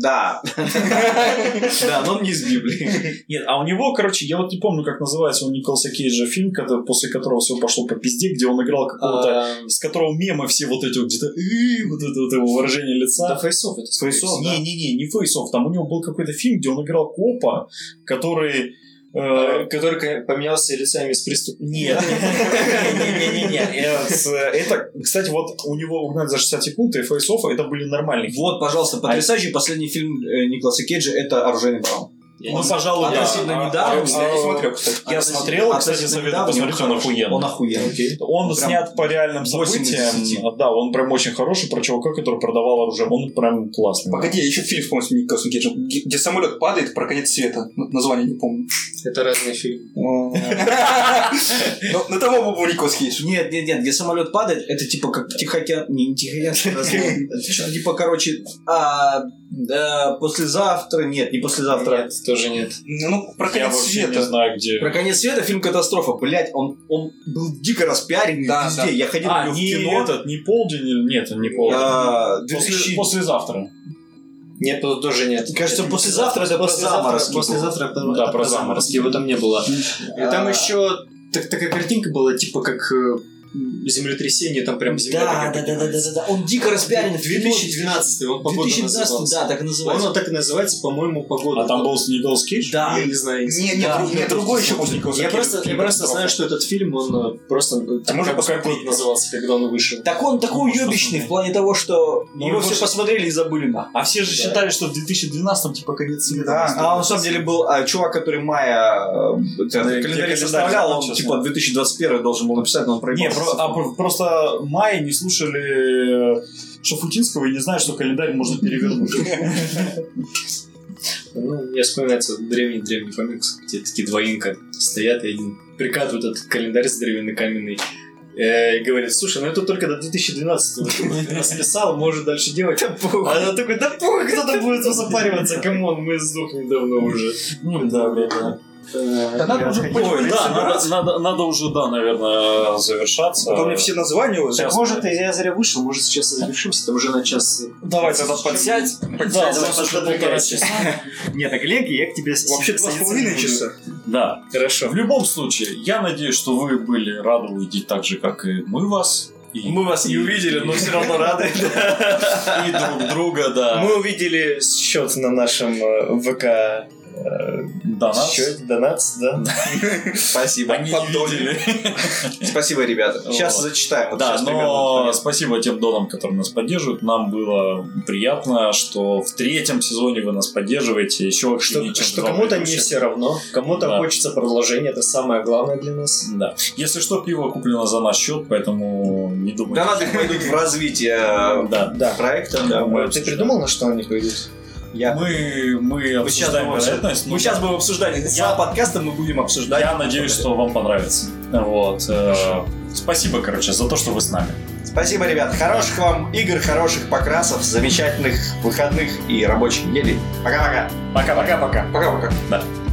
[SPEAKER 3] Да. Да, но он не из Библии.
[SPEAKER 2] Нет, а у него, короче, я вот не помню, как называется у Николаса Кейджа фильм, когда, после которого все пошло по пизде, где он играл какого-то...
[SPEAKER 1] А,
[SPEAKER 2] С которого мемы все вот эти вот где-то... «Э», Вот это вот его выражение лица.
[SPEAKER 1] Да, фейсов это. скорее всего.
[SPEAKER 2] Не, не, не, не Фейсов. Там у него был какой-то фильм, где он играл копа, который. э,
[SPEAKER 1] Э, Который конечно, поменялся лицами с преступником.
[SPEAKER 2] Нет. Не-не-не-не. Э, с- Это, кстати, вот у него угнать за 60 секунд и Фейсов это были нормальные. фильмы.
[SPEAKER 3] Вот, пожалуйста, потрясающий последний фильм э, Николаса Кейджа это «Оружейный Браун».
[SPEAKER 2] Ну, пожалуй, да.
[SPEAKER 3] относительно
[SPEAKER 2] А, а,
[SPEAKER 3] недавно.
[SPEAKER 4] Я не смотрел, кстати.
[SPEAKER 2] Я смотрел, кстати, советую посмотреть, он охуенный.
[SPEAKER 3] Он охуенный.
[SPEAKER 2] Типа, Он
[SPEAKER 3] Прям
[SPEAKER 2] снят по реальным
[SPEAKER 3] 8 из
[SPEAKER 2] событиям. А,
[SPEAKER 3] 10.
[SPEAKER 2] Да, он прям очень хороший про чувака, который продавал оружие. Он прям классный.
[SPEAKER 4] Погоди, я еще фильм вспомнил с Николасом Кейджем, где где самолет падает про конец света. Н- Название не помню.
[SPEAKER 1] Это разные фильмы.
[SPEAKER 4] Но но там оба был Николас Кейдж.
[SPEAKER 3] Нет, нет, нет, где самолет падает, это типа как Тихоокеан... Не, не Тихоокеанский разлом. Это что-то типа, короче, а, э, послезавтра... Нет, не послезавтра.
[SPEAKER 1] Нет, тоже нет.
[SPEAKER 4] Ну, про
[SPEAKER 2] Я
[SPEAKER 4] конец
[SPEAKER 2] вообще не
[SPEAKER 4] света.
[SPEAKER 2] знаю, где.
[SPEAKER 3] Про конец света фильм «Катастрофа». Блять, он, он был дико распиарен
[SPEAKER 4] Да,
[SPEAKER 3] везде.
[SPEAKER 4] да.
[SPEAKER 3] Я ходил
[SPEAKER 2] А,
[SPEAKER 3] на него
[SPEAKER 2] не
[SPEAKER 3] в кино.
[SPEAKER 2] этот, не полдень или нет, не полдень.
[SPEAKER 3] А,
[SPEAKER 2] После-
[SPEAKER 3] 2000...
[SPEAKER 2] Послезавтра.
[SPEAKER 1] Нет, тут тоже нет.
[SPEAKER 3] Кажется, послезавтра это про заморозки
[SPEAKER 1] Послезавтра
[SPEAKER 2] было. Да, про заморозки.
[SPEAKER 1] Его там не было. И там
[SPEAKER 3] А.
[SPEAKER 1] еще так- такая картинка была, типа как э, землетрясение, там прям земля.
[SPEAKER 3] Да,
[SPEAKER 1] такая
[SPEAKER 3] да, да, да, да,
[SPEAKER 1] поднимается.
[SPEAKER 3] да, да. Он дико распиарен в кино.
[SPEAKER 1] 2012 он погода
[SPEAKER 3] 2012,
[SPEAKER 1] назывался.
[SPEAKER 3] да, так и называется.
[SPEAKER 1] Он так и называется, по-моему, погода.
[SPEAKER 2] А там был Николас Кейдж?
[SPEAKER 3] Да.
[SPEAKER 1] Я не знаю.
[SPEAKER 4] Не, не,
[SPEAKER 3] Да.
[SPEAKER 4] друг- не, другой еще был Николас
[SPEAKER 1] Я просто, я просто знаю, что этот фильм, он э, просто... э, типа,
[SPEAKER 4] можно
[SPEAKER 1] как-
[SPEAKER 4] посмотреть.
[SPEAKER 1] как год назывался, когда он вышел.
[SPEAKER 3] Так он такой уебищный в плане того, что
[SPEAKER 2] Ну,
[SPEAKER 3] его
[SPEAKER 2] он
[SPEAKER 3] все
[SPEAKER 2] больше-
[SPEAKER 3] посмотрели и забыли на.
[SPEAKER 2] А все же считали, что в 2012-м типа конец света.
[SPEAKER 4] Да.
[SPEAKER 2] наступит.
[SPEAKER 3] А он на самом деле был а, чувак, который мая э, это,
[SPEAKER 2] Да,
[SPEAKER 3] календарь
[SPEAKER 2] где
[SPEAKER 3] составлял, он
[SPEAKER 2] закончился.
[SPEAKER 3] типа 2021 должен был написать, но он проебал.
[SPEAKER 2] Не, про- а про- просто Майя не слушали э, Шафутинского и не знают, что календарь можно перевернуть.
[SPEAKER 1] Ну, мне вспоминается древний-древний комикс, где такие двоинка стоят, и один прикатывает этот календарь с деревянной каменной. э, И говорит, слушай, ну это только до 2012 Ты расписал, может дальше делать. А она такой, да похуй, кто-то будет запариваться, камон, мы сдохнем давно уже.
[SPEAKER 2] Ну да, бля, да.
[SPEAKER 4] Да надо уже
[SPEAKER 2] Ой,
[SPEAKER 4] понял.
[SPEAKER 2] да, надо- надо- надо уже, да, наверное, завершаться.
[SPEAKER 3] А
[SPEAKER 4] Потом мне все названия вот
[SPEAKER 2] Сейчас.
[SPEAKER 4] сейчас.
[SPEAKER 1] Может, я зря вышел, может, сейчас и завершимся, там уже на час.
[SPEAKER 2] Давай тогда
[SPEAKER 4] подсядь.
[SPEAKER 2] Да, ну, у нас
[SPEAKER 1] Сейчас
[SPEAKER 2] уже полтора
[SPEAKER 1] подвигайся.
[SPEAKER 2] часа.
[SPEAKER 1] Нет, так, Леги, я к тебе... с-
[SPEAKER 4] Вообще два с
[SPEAKER 1] садиться не
[SPEAKER 4] половиной
[SPEAKER 1] буду.
[SPEAKER 4] часа.
[SPEAKER 2] Да.
[SPEAKER 1] Хорошо.
[SPEAKER 2] В любом случае, я надеюсь, что вы были рады увидеть так же, как и мы вас. И,
[SPEAKER 3] Мы вас не увидели, но все равно рады.
[SPEAKER 2] и друг друга, да.
[SPEAKER 1] Мы увидели счет на нашем э, ВК
[SPEAKER 2] Донат.
[SPEAKER 1] Счет, донат, да.
[SPEAKER 3] Спасибо.
[SPEAKER 2] Они
[SPEAKER 3] Поддоли.
[SPEAKER 2] видели.
[SPEAKER 3] Спасибо, ребята. Сейчас
[SPEAKER 2] Вот.
[SPEAKER 3] зачитаем. Вот
[SPEAKER 2] Да,
[SPEAKER 3] щас,
[SPEAKER 2] но
[SPEAKER 3] ребята,
[SPEAKER 2] спасибо тем донам, которые нас поддерживают. Нам было приятно, что в третьем сезоне вы нас поддерживаете. Еще
[SPEAKER 1] Что,
[SPEAKER 2] активнее, чем
[SPEAKER 1] что
[SPEAKER 2] в два
[SPEAKER 1] кому-то не
[SPEAKER 2] предыдущих.
[SPEAKER 1] все равно, кому-то
[SPEAKER 2] Да.
[SPEAKER 1] хочется продолжения, это самое главное для нас.
[SPEAKER 2] Да. Если что, пиво куплено за наш счет, поэтому не думайте.
[SPEAKER 3] Донаты пойдут в развитие
[SPEAKER 2] Ну, Да.
[SPEAKER 3] э, проекта.
[SPEAKER 2] Да, мы
[SPEAKER 1] Ты
[SPEAKER 2] обсуждаем.
[SPEAKER 1] придумал, на что они пойдут?
[SPEAKER 3] Я-
[SPEAKER 2] Мы, мы
[SPEAKER 3] Мы сейчас
[SPEAKER 2] обсуждаем
[SPEAKER 3] будем обсуждать.
[SPEAKER 2] вероятность,
[SPEAKER 3] Мы
[SPEAKER 2] но
[SPEAKER 3] сейчас будем обсуждать. За подкастом мы будем обсуждать.
[SPEAKER 2] Я надеюсь, что вам понравится. Вот. э, Спасибо, короче, за то, что вы с нами.
[SPEAKER 3] Спасибо, ребят. Хороших вам игр, хороших покрасов, замечательных выходных и рабочих недель. Пока-пока.
[SPEAKER 2] Пока-пока-пока.
[SPEAKER 3] Пока-пока.
[SPEAKER 2] Да.